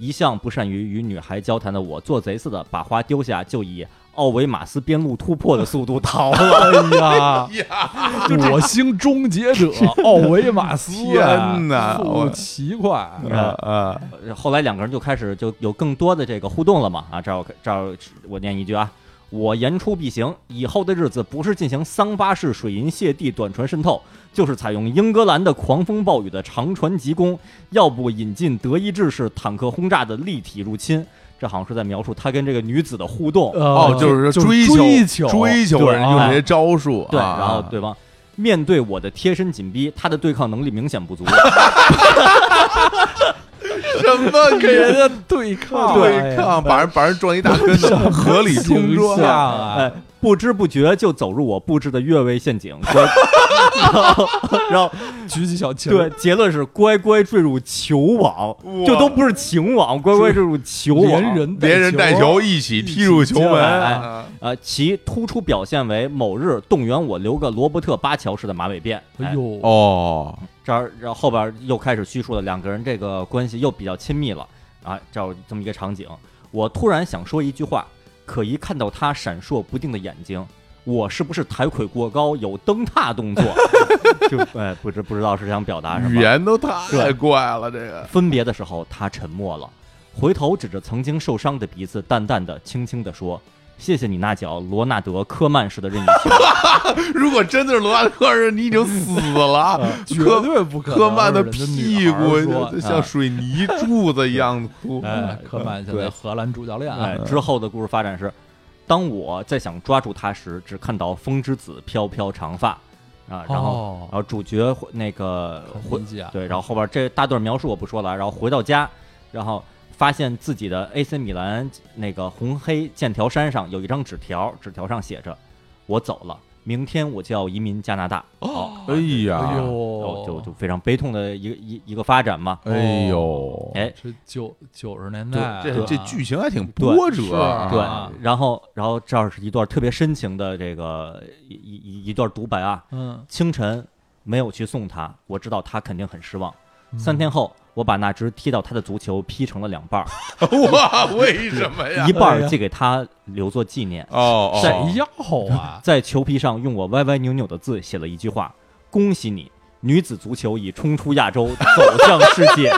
一向不善于与女孩交谈的我，做贼似的把花丢下，就以奥维马斯边路突破的速度逃了。
哎 呀，
呀，
我星终 结者奥维马斯，啊
天哪
速度
我
奇快，
看
啊
后来两个人就开始就有更多的这个互动了嘛啊，这儿我这儿我念一句啊，我言出必行，以后的日子不是进行桑巴式水银泻地、短船渗透，就是采用英格兰的狂风暴雨的长船急攻，要不引进德意志式坦克轰炸的立体入侵。这好像是在描述他跟这个女子的互动。
哦，
哦
就是说
追
求追
求
求人用这
对哎
些招数，
对，
啊
然后对方面对我的贴身紧逼，他的对抗能力明显不足。
什么
啊跟人家对哎抗，
对抗，把人把人撞一大跟头，合理冲
形象
撞，
啊
哎，，不知不觉就走入我布置的越位陷阱，乖 然后
举起小旗儿
对，结论是乖乖坠入球网，就都不是情网，乖乖坠入球网。
连人
连人带球一起踢入球门，
哎
啊
呃，其突出表现为某日动员我留个罗伯特巴乔式的马尾辫。哎
哎呦，
哦，
这儿，然后后边又开始叙述了两个人这个关系又比较亲密了啊，这儿有这么一个场景，我突然想说一句话，可一看到他闪烁不定的眼睛，我是不是抬腿过高有蹬踏动作？ 就哎，不知不知道啊是想表达什么。
语言都太怪了，这个
分别的时候，他沉默了，回头指着曾经受伤的鼻子，淡淡的、轻轻的说：“谢谢你那脚罗纳德·科曼式的任意球。”
如果真的是罗纳克人，你已经死
啊
了，啊哦
绝
呃科
对不可能。
科曼的
人家
屁
女孩
股
儿说啊
就像水泥柱子一 样粗，
哎，科曼现在
对
荷兰主教练啊
哎，，之后的故事发展是，当我在想抓住他时，只看到风之子飘飘长发啊，然后、
哦
然后主角回那个回
回击啊，
对，然后后边这大段描述我不说了，啊然后回到家，然后发现自己的 AC 米兰那个红黑剑条衫上有一张纸条，纸条上写着：“我走了，明天我就要移民加拿大。”哦，
哎
哎
呀，
然后就
呦，
就非常悲痛的一个一一个发展嘛。
哎呦，
哎，
这九九十年代啊，
这这剧情还挺
对
波折啊，
是
对
啊，
然后然后这儿是一段特别深情的这个一一一段独白啊。
嗯，
清晨没有去送他，我知道他肯定很失望。
嗯
三天后，我把那只踢到他的足球劈成了两半儿，
啊
哇，为什么呀
一？半
哎呀
儿寄给他留作纪念，
哦哦，
谁要啊？
在球皮上用我歪歪扭扭的字写了一句话：“恭喜你，女子足球已冲出亚洲，走向世界。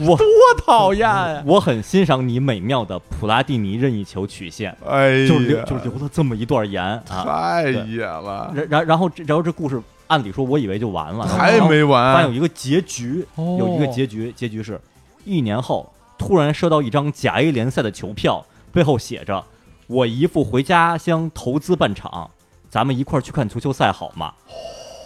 我”我
多讨厌呀！
啊
我很欣赏你美妙的普拉蒂尼任意球曲线，
哎
就留
呀，
就留了这么一段言啊。
太野了，
然然然后这然后这故事，按理说我以为就完了，
还没
发现
完
有一个结局，
啊哦
有一个结局，结局是一年后突然收到一张甲 A 联赛的球票，背后写着“我姨父回家乡投资办厂，咱们一块儿去看足球赛好吗？”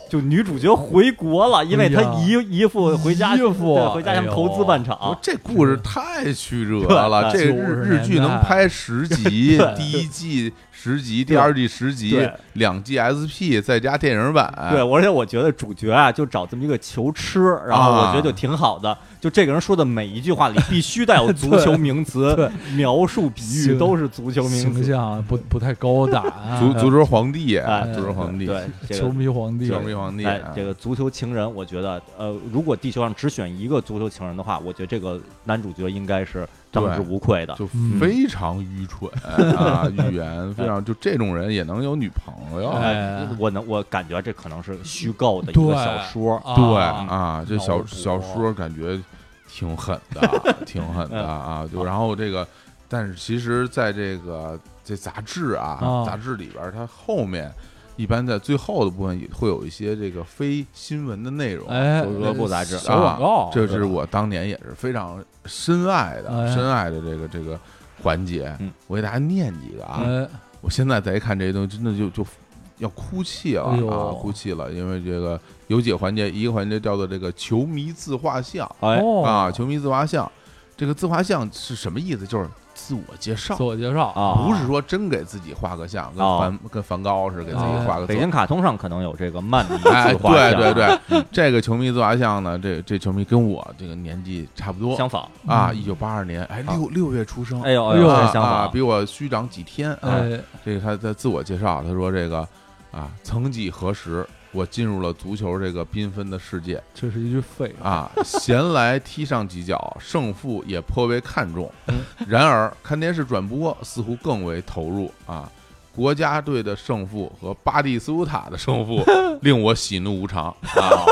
就女主角回国了，因为她
哎呀
姨姨父回家
姨父哎
对回家乡投资办厂，
这故事太曲折了，这
对
日日剧能拍十集，
对
第一季十集，第二季十集
对，
两季 SP 再加电影版，
对，而且我觉得主角啊，就找这么一个球痴，然后
啊
我觉得就挺好的。就这个人说的每一句话里，必须带有足球名词
对，
描述比喻
行
都是足球名
形
词。
象不不太高大 啊，
足足球皇帝啊
哎，
足球皇帝，
对，这
球
个
迷皇帝，
球迷皇帝，啊
哎，这个足球情人，我觉得，呃，如果地球上只选一个足球情人的话，我觉得这个男主角应该是当之无愧的。
就
嗯
非常愚蠢啊，语言非常就这种人也能有女朋 友，啊
哎
我能，我感觉这可能是虚构的一个
对
小说。
啊
对啊，这
脑
小
补
小说感觉挺狠 的，挺狠
嗯
的啊！就然后这个，但是其实在这个这杂志啊
啊，
杂志里边儿它后面。一般在最后的部分也会有一些这个非新闻的内容，
哎，
胡萝卜杂志
小广告，
啊这是我当年也是非常深爱的、
哎
深爱的这个这个环节
嗯。
我给大家念几个啊，
哎，
我现在再一看这些东西，真的就就要哭泣了
哎呦
啊，哭泣了，因为这个有几个环节，一个环节叫做这个球迷自画像
哎，
哦
啊，，球迷自画像，这个自画像是什么意思？就是自我介绍
自。我介绍
啊
不是说真给自己画个像，跟
哦
梵跟梵高似的给自己画个
北
像。
京卡通上可能有这个曼尼
哎，
自画像，
对对对，这个球迷自画像呢，这这球迷跟我这个年纪差不多
相仿。
啊，
嗯
一九八二年，哎，
啊
六六月出生，
哎呦
哎呦
真
啊
相
啊，
仿。
比我虚长几天啊。
哎，
这个他在自我介绍，他说这个啊，曾几何时，我进入了足球这个缤纷的世界
这是一句废话，
啊，闲来踢上几脚，胜负也颇为看重。然而看电视转播似乎更为投入啊。国家队的胜负和巴蒂斯图塔的胜负令我喜怒无常啊！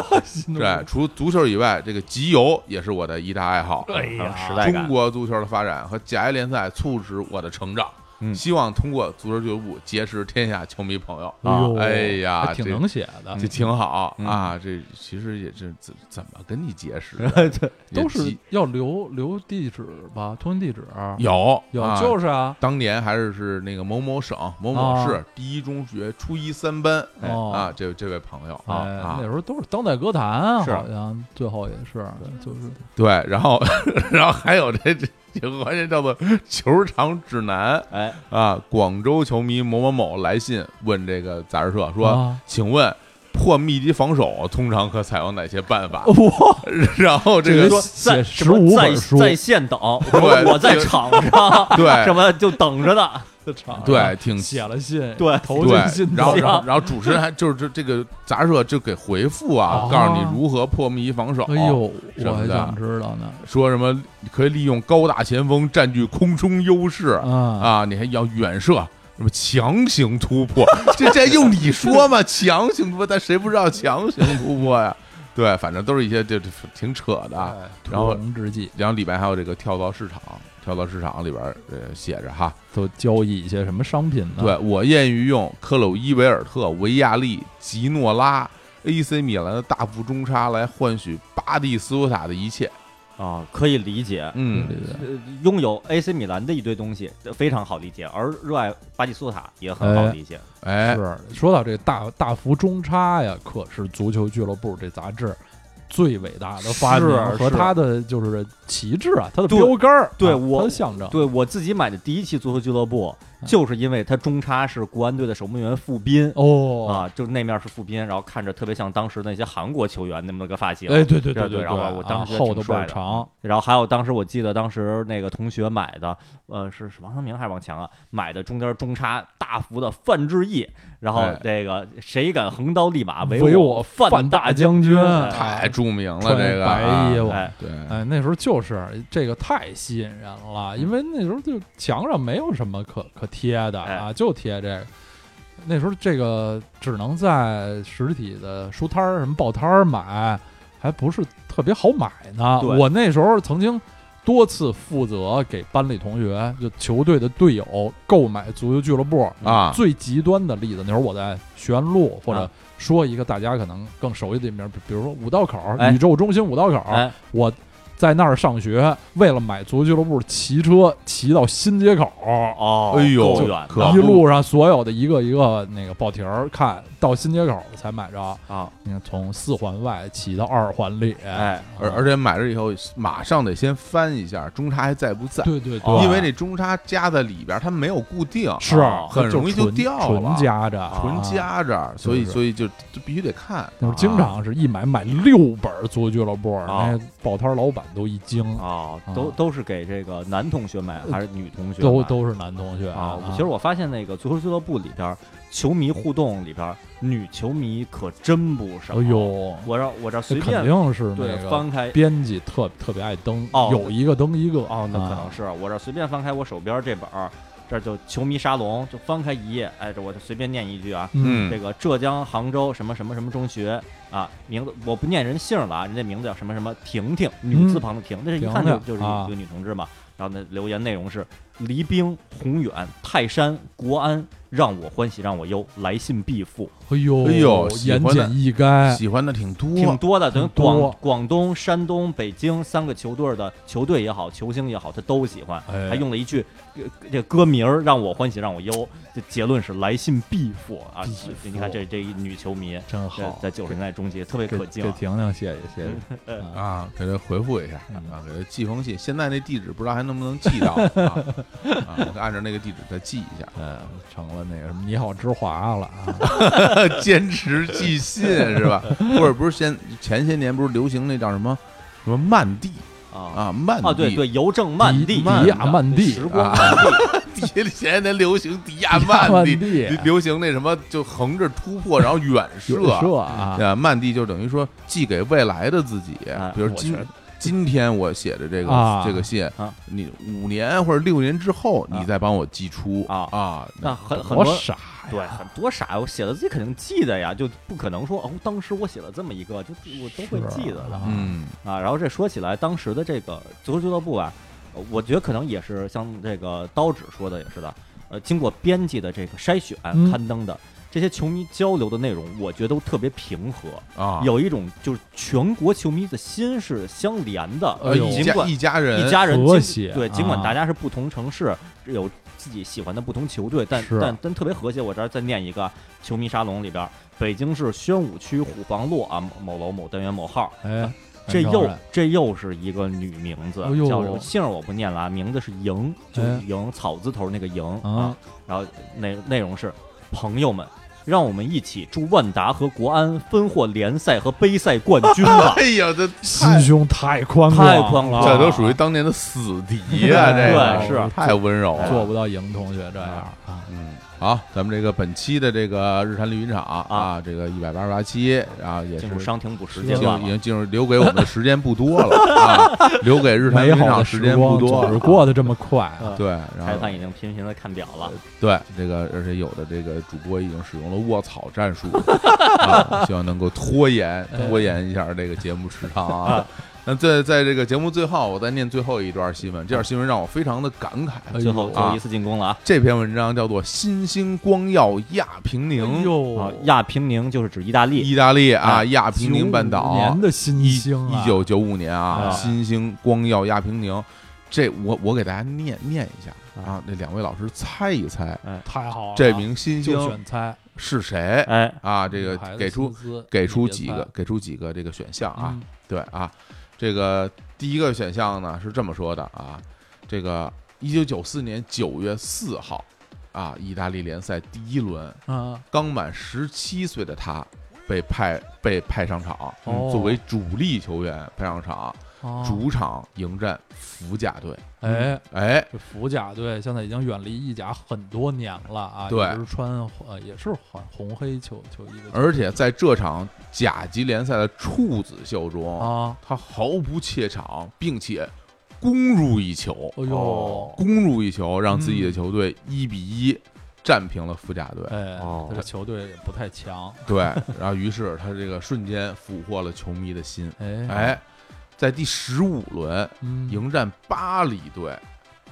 对，除足球以外，这个集邮也是我的一大爱好。啊
哎呀
时代
中
感，
国足球的发展和甲 A 联赛促使我的成长。
嗯
希望通过足球俱乐部结识天下球迷朋友。
哎呦
哎呀
还挺
这
能写的，
这挺好、
嗯
啊，这其实也是怎怎么跟你结识
对
也
都是
急
要留留地址吧，通讯地址
有
有，
啊
就是啊，
当年还是是那个某某省某某市、
啊
第一中学初一三班、
哎
哦
啊，这这位朋友啊、
哎
啊
那，时候都是当代歌坛啊，
是
好像最后也是，就是
对，然后 然后还有这这有个关键叫做球场指南
哎，
啊，广州球迷某某某来信问这个杂志社说，
啊
请问。破密集防守通常可采用哪些办 法？
哇，
然后这个
哦
说
这个
在什
写
么
15
在
本书
在线等，
对
我在场上，
对
什么就等着呢。
这场
对挺
写了信，
对
投
对
啊进信，
然后
箱
然后然后主持人还就是这这个杂志社就给回复啊，
哦
告诉你如何破密集防守，
哎
哦
呦，
什
我
么
还
的
想知道呢，
说什么可以利用高大前锋占据空中优势
啊，
啊，你还要远射。什么强行突 破？这这用你说吗？强行突破，但谁不知道强行突破呀？对，反正都是一些这这挺扯的
哎
啊。然后
屠龙之计
然后里边还有这个跳蚤市场，跳蚤市场里边呃写着哈，
都交易一些什么商品呢？
对我愿于用克鲁伊维尔特、维亚利、吉诺拉、AC 米兰的大幅中差来换取巴蒂斯图塔的一切。
啊，可以理解。
嗯，
对对对
呃，拥有 AC 米兰的一堆东西呃非常好理解，而热爱巴蒂斯图塔也很好理解。啊
哎，
是说到这大大幅中差呀，可是足球俱乐部这杂志最伟大的发明
是
和
是
它的就是旗帜啊，它的
对
标杆儿啊，
对
它
我
的象征，
对我自己买的第一期足球俱乐部，就是因为它中插是国安队的守门员傅斌。
哦，
啊，就是那面是傅斌，然后看着特别像当时那些韩国球员那么个发型，
哎，对对
对
对，
然后我当时觉得
啊厚的
挺
倍
帅
儿
的
长，
然后还有当时我记得当时那个同学买的，呃，是是王昌明还是王强啊？买的中间中插大幅的范志毅，然后
哎
那个谁敢横刀立马
唯我
我
范大
大
将军
哎
太著名了，
穿
这个
白衣
啊
服。
哎，
对，
哎，那时候就是这个太吸引人了，
嗯
因为那时候就墙上没有什么可可贴的
哎
啊，就贴这个。那时候这个只能在实体的书摊儿、什么报摊儿买，还不是特别好买呢。
对
我那时候曾经多次负责给班里同学，就球队的队友购买足球俱乐部。
嗯
啊，
最极端的例子，那时候我在学院路，或者
啊
说一个大家可能更熟悉的名儿，比比如说五道口、
哎
宇宙中心五道口，
哎，
我在那儿上学，为了买足球俱乐部，骑车骑到新街口，
哦，
哎呦
够远
可啊
的
一路上所有的一个一个那个报亭儿看到新街口才买着。
啊，
你看，从四环外骑到二环里，
哎，
而而且买了以后，马上得先翻一下中差还在不在，
对对
哦
对，
因为那中差夹在里边，它没有固定，
是
哦
它
很容易就
纯
掉了
纯夹着，
纯
啊。
夹着，所以
是
所以就就必须得看。啊
那会儿经常是一买买六本儿足球俱乐部，
啊
那报摊儿老板都一惊，
哦，都
啊
都是给这个男同学买还是女同学买？
都都是男同学
啊，其实我发现那个足球俱乐部里边儿，球迷互动里边儿，女球迷可真不少。
哎，呦，
我这我这
这
随
肯
便
定是那
对
个
翻开
编辑特特别爱登，
哦
有一个登一个
哦，那可能
啊
是我这随便翻开我手边儿这本儿，这就球迷沙龙，就翻开一页，哎，这我就随便念一句啊，
嗯
这，个浙江杭州什么什么什么中学啊，名字我不念人姓了啊，人家名字叫什么什么婷婷，女字旁的婷，那是一看就
嗯婷婷
就是
啊
一个女同志嘛。然后呢，留言内容是：黎兵、宏远、泰山、国安，让我欢喜让我忧，来信必复，
哎呦
哎呦喜
言
欢的
简意赅，
喜欢的挺
挺
多，
多的。等于
挺多
广广东、山东、北京三个球队的球队也好，球星也好，他都喜欢。
哎
还用了一句呃这歌名儿让我欢喜让我忧，这结论是来信必复啊！
必复
你看这这一女球迷，
真
在
好，
在九十年代中期特别
给
可敬
给
啊。
婷婷谢谢谢谢啊
啊，给他回复一下
嗯
啊，给他寄封信。现在那地址不知道还能不能寄到啊，啊我按照那个地址再寄一下。
呃，成了那个什么你好之华 了啊！
坚持寄信是吧？或者不是先前些年不是流行那叫什么什么漫地
啊
啊，漫地
哦
啊！对对，邮政曼地，
迪迪亚曼地
时 光
啊
曼地，
迪前些年流行迪亚
曼
曼地，
地
流行那什么就横着突破，然后远
啊有
射。
啊，
啊，曼地就等于说寄给未来的自己
哎，
比如
我
今
觉得
今天我写的这个
啊
这个信
啊，
你五年或者六年之后，你再帮我寄出
啊
啊，
那很很
多
多
傻呀！
对很多傻，我写的自己肯定记得呀，就不可能说哦，当时我写了这么一个，就我都会
是
记得的
啊
嗯
啊。然后这说起来，当时的这个足球俱乐部啊，呃我觉得可能也是像这个刀指说的也是的，呃经过编辑的这个筛选
嗯
刊登的。这些球迷交流的内容，我觉得都特别平和，
啊，
有一种就是全国球迷的心是相连的，
哎呦
呃一
尽
家
管
一家人
一家人尽
和谐
对，尽管
啊
大家是不同城市，有自己喜欢的不同球队，但
是
但但特别和谐。我这儿再念一个球迷沙龙里边儿，北京市宣武区虎坊路啊某某楼某单元某号，
哎，
啊这
很招
又
人
这又是一个女名字
哎呦，哎
叫姓儿我不念了啊，名字是莹，就是莹草字头那个莹啊
啊。
然后内内容是朋友们。让我们一起祝万达和国安分获联赛和杯赛冠军吧！
哎呀，这
心
太
胸太宽广，
太宽广了
这都属于当年的死敌啊！
啊对
这个
是
太温柔
啊做
了。
不到赢同学这样啊。
嗯，好，咱们这个本期的这个日坛绿茵场啊，
啊
这个一百八十八期啊，也
进
是
入伤停补时
已
阶段
经已
了，
经进入留给我们的时间不多了啊，留给日坛
美
绿茵
好
场
的
时
时
间不
光
多嗯
总
了
是。过得这么快啊！
对，然
裁
后
判已经频频的看表了。
对，这个而且有的这个主播已经使用了卧草战术，啊，希望能够拖延拖延一下这个节目时长啊。那在在这个节目最后，我再念最后一段新闻，这段新闻让我非常的感慨。
最
哎
后
呦
最后一次进攻了啊！
这篇文章叫做《新星光耀亚平
哎
宁》，
啊
呦，，
亚平宁就是指意大利，
意大利啊，
啊
亚平宁半
95
岛
哎年，的哎新
一
星啊，
一九九五年啊，
啊
新星光耀亚平宁。这我我给大家念念一下啊，那两位老师猜一猜，
太好了，啊
这名新
就
星
选猜
是谁？
哎，
啊，这个
孩子
给出
心思
给出
你别
几
猜
个给出几个这个选项啊，
嗯
对啊，这个第一个选项呢是这么说的啊，这个一九九四年九月四号啊，意大利联赛第一轮，
啊，
刚满十七岁的他被派被派上场，
哦
作为主力球员派上场，
哦
主场迎战福甲队，
哎。
哎。
这福甲队现在已经远离意甲很多年了啊，
对
一直穿呃也是红红黑球球衣的球
而且在这场甲级联赛的处子秀中，
啊，
他毫不怯场，并且攻入一球，
哎呦，
攻入一球，让自己的球队一比一战平了福甲队。
哎
哦，
这球队也不太强，
对，然后于是他这个瞬间俘获了球迷的心。
哎
哎，在第十五轮
嗯，
迎战巴黎队，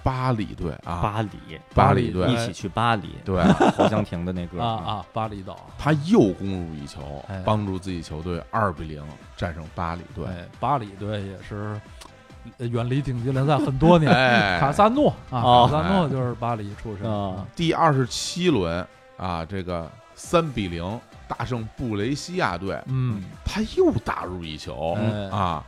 巴黎队啊，
巴黎，
巴黎队
巴黎
一起去巴黎，
对，
侯湘婷的 那歌
啊，啊，巴厘岛，
他又攻入一球
哎，
帮助自己球队二比零战胜巴黎队。
哎，巴黎队也是呃远离顶级联赛很多年。
哎，哦
卡萨诺啊，
哦
卡萨诺就是巴黎出身
啊
第二十七轮啊，这个三比零大胜布雷西亚队，
嗯，
他又打入一球、
哎
啊！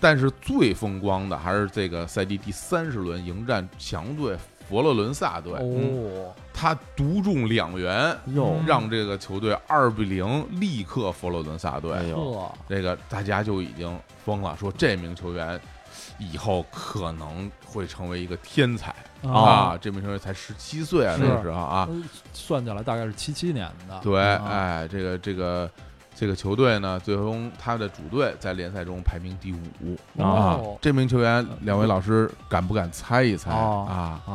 但是最风光的还是这个赛季第三十轮迎战强队佛罗伦萨队，
哦，
他独中两元，
哟
嗯
让这个球队二比零力克佛罗伦萨队。
哎呦
呵，
这个大家就已经疯了，说这名球员以后可能会成为一个天才、啊！
啊，
这名球员才十七岁啊，
是
那个时候啊，
呃算起来大概是七七年的，
对，
啊，
哎，这个这个这个球队呢，最终他的主队在联赛中排名第五啊
哦。
这名球员，两位老师敢不敢猜一猜
哦
啊？
啊，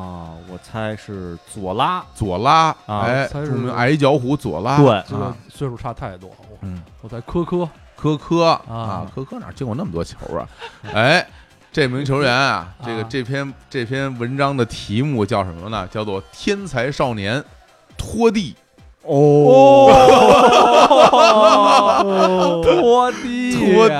我猜是左拉，
左拉，
啊
哎，
猜是
著名矮脚虎左拉，
对
这个
啊，
岁数差太多，我
嗯，
我在科科
科科啊
啊，
科科哪进过那么多球啊？哎。这名球员啊，这个
啊
这篇这篇文章的题目叫什么呢？叫做《天才少年拖地
哦，拖地
拖地》。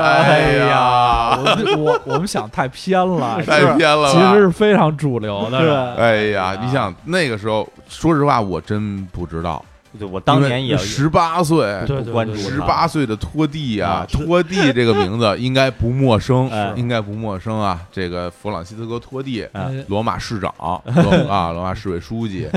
哎呀，
啊我这我我们想太偏了，
太偏了吧！
其实是非常主流的，
对，
哎呀，
啊
你想那个时候，说实话，我真不知道。
对我当年也
十八岁，
对
不
对
关注
对
十
他
八岁的拖地啊
啊，是
拖地这个名字应该不陌生
哎，
应该不陌生啊。这个弗朗西斯科·拖地，
啊
哎
罗马市长罗 啊，罗马市委书记，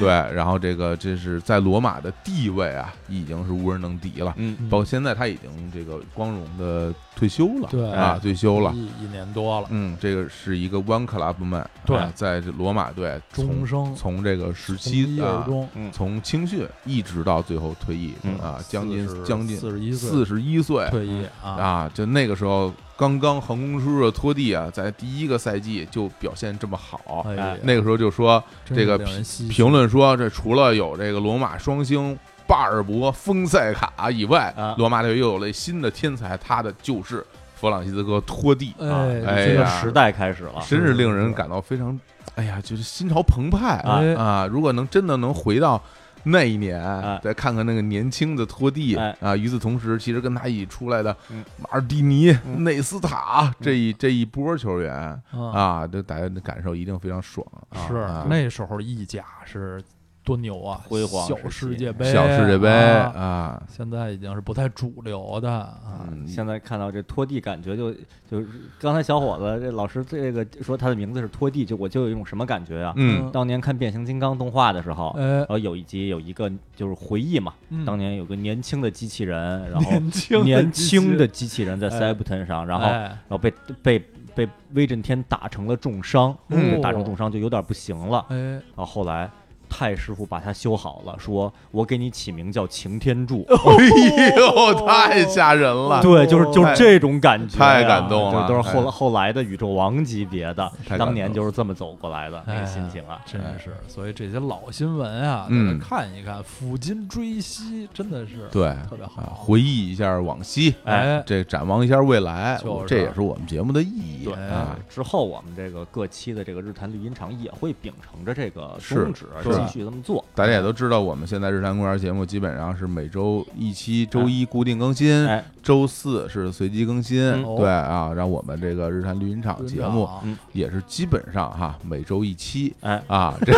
对，然后这个这是在罗马的地位啊，已经是无人能敌了。
嗯，
包括现在他已经这个光荣的退休了，
对哎嗯
啊，退休了。
一一年多了，
嗯，这个是一个 One Club Man，
对
啊在这罗马队从
终生
从这个十
从一
七
而
啊，
终，
从青训一直到最后退役
嗯
啊，将近将近
四十一岁
四十一岁
退役啊，
啊，就那个时候刚刚横空出世的托蒂啊，在第一个赛季就表现这么好，
哎呀，
啊那个时候就说
真
这
是
个
令人唏嘘
评论说，这除了有这个罗马双星巴尔博、丰塞卡以外
啊，
罗马队又有了新的天才，他的就是弗朗西斯科·托蒂啊，
哎
哎
这个
呀，
时代开始了，
真是令人感到非常哎呀，就是心潮澎湃
啊
哎
啊！如果能真的能回到那一年，
哎
再看看那个年轻的托蒂、
哎
啊，与此同时，其实跟他一起出来的
嗯
马尔蒂尼、内斯塔这一这一波球员
啊，
啊，这大家的感受一定非常爽啊！
是
啊
那时候意甲是多牛啊，
辉煌时期
小世界杯，
小世界杯
啊
啊，
现在已经是不太主流的啊。
嗯
现在看到这拖地，感觉就就是刚才小伙子这老师这个说他的名字是拖地，就我就有一种什么感觉啊？
嗯
当年看变形金刚动画的时候，
呃
然，后有一集有一个就是回忆嘛，
嗯
当年有个年轻的机器人， 然后
年轻
年轻的
的
机器人在
哎
Cyberton 上，然后然
哎
后被被被威震天打成了重伤，
嗯哦
被打成重伤就有点不行了。
哎，
然后后来太师傅把他修好了，说我给你起名叫擎 天柱。哦
哎呦，太吓人了！
对，就是就是
太
这种感觉呀、
太感动了
就都是后
哎
后来的宇宙王级别的
太，感动
当年就是这么走过来的那
哎
个心情啊。
真是，所以这些老新闻啊，大
嗯
家看一看，抚今追昔，真的是
对，
特别好
啊回忆一下往西，
哎，
这展望一下未来，
就是
这也是我们节目的意义
对
啊。
之后我们这个各期的这个日坛录音场也会秉承着这个
是
宗旨
是
继续这么做。
大家也都知道，我们现在日坛公园节目基本上是每周一期，周一固定更新，
哎，
周四是随机更新。
嗯
对啊，然后我们这个日坛绿茵场节目
啊
嗯
也是基本上哈每周一期。
哎
啊，这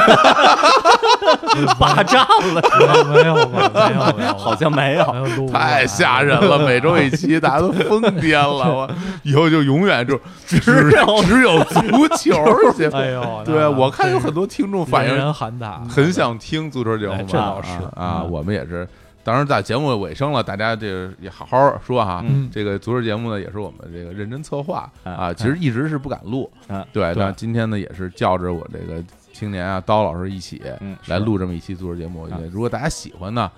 霸占了，
没有吧没有没有，
好像没有
没。有录 过，啊
太吓人了！每周一期，大家都疯癫了。我以后就永远就只
只有
只有足球节目。
哎呦，
对，我看有很多听众反
反
映
人喊打，
很想听足球节目
哎
吧，
这倒是
啊啊，
嗯
我们也是。当然，在节目尾声了，大家这个也好好说哈。
嗯
这个足球节目呢，也是我们这个认真策划
哎
啊。其实一直是不敢录
哎，
对。
啊对
那今天呢，也是叫着我这个青年啊，刀老师一起
嗯
来录这么一期足球节目。我觉得
啊
如果大家喜欢呢，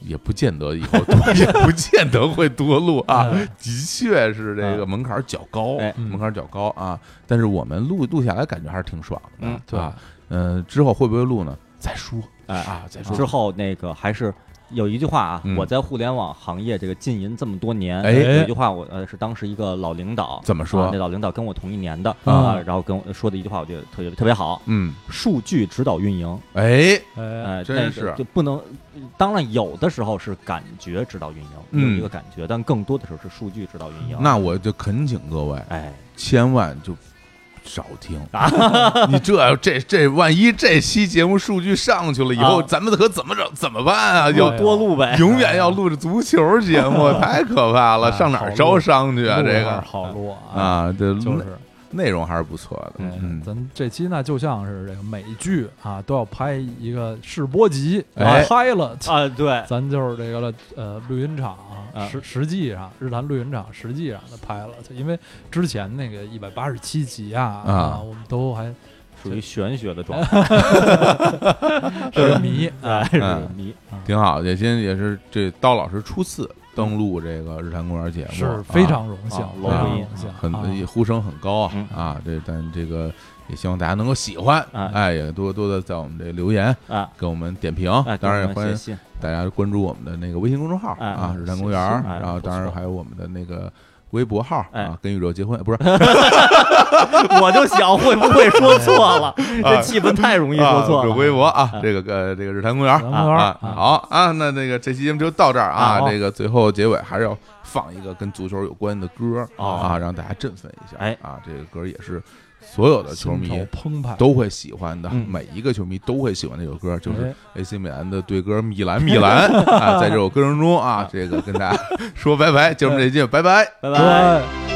也不见得以后 多，也不见得会多录啊
哎。
的确是这个门槛儿较高，
啊哎
嗯
门槛儿较高啊。但是我们录录下来感觉还是挺爽的，
嗯
对吧？嗯，之后会不会录呢？再说，
哎
啊，再说
之。后那个还是有一句话啊，
嗯
我在互联网行业这个浸淫这么多年，
哎
有一句话我呃是当时一个老领导
怎么说
啊那老领导跟我同一年的
啊
然后跟我说的一句话，我觉得特别特别好，
嗯，
数据指导运营，
哎，
哎，
呃，
真
那个
是
就不能，当然有的时候是感觉指导运营，
嗯
有一个感觉，但更多的时候是数据指导运营。
那我就恳请各位，
哎，
千万就少听。
啊
你这这这，万一这期节目数据上去了以后，
啊哦
咱们可怎么整？怎么办啊？
有
要
哎
多录呗，
永远要录着足球节目，太可怕了，
哎
上哪儿招商去啊？
录
这
会儿
个
好录啊，
啊，这
就是。
内容还是不错的。
哎
嗯，
咱这期呢，就像是这个美剧啊，都要拍一个试播集，
哎
拍了，
啊，对，
咱就是这个了，呃，绿茵场
啊
实实际上，日坛绿茵场实际上它拍了，因为之前那个一百八十七集啊，
啊
我们都还
属于玄学的 状态，
嗯
是迷，
哎，是迷，
挺好。也今也是这刀老师初次登录这个日坛公园节目，
是
啊
非常荣幸，
啊
非
龙
常
迷
荣幸，
很
啊
呼声很高啊
嗯
啊！这但这个也希望大家能够喜欢，
啊
哎，也多多的在我们这留言
啊。
给我们点评
哎，，
当然也
给我们
欢
写
迎
信
大家关注我们的那个微信公众号
哎
啊，
嗯
日坛公园
是
儿，
是哎
然后
不错
当然还有我们的那个微博号
哎
啊，跟宇宙结婚不是
我就想会不会说错了，这气氛太容易说错
啊
了。
微博啊
哎，
这个呃这个日坛公园儿
咱们玩儿
啊，好啊，那那个这期节目就到这儿啊，
好
这个最后结尾还是要放一个跟足球有关的歌儿
哦
啊，让大家振奋一下，
哎
啊，这个歌儿也是所有的球
心
迷
潮澎湃，
都会喜欢的，
嗯
每一个球迷都会喜欢这首歌，就是
哎
AC 米兰的队歌《米兰米兰》啊，在这首歌声中啊，这个跟大家说拜拜，节目这期见，拜拜。
拜
对
拜。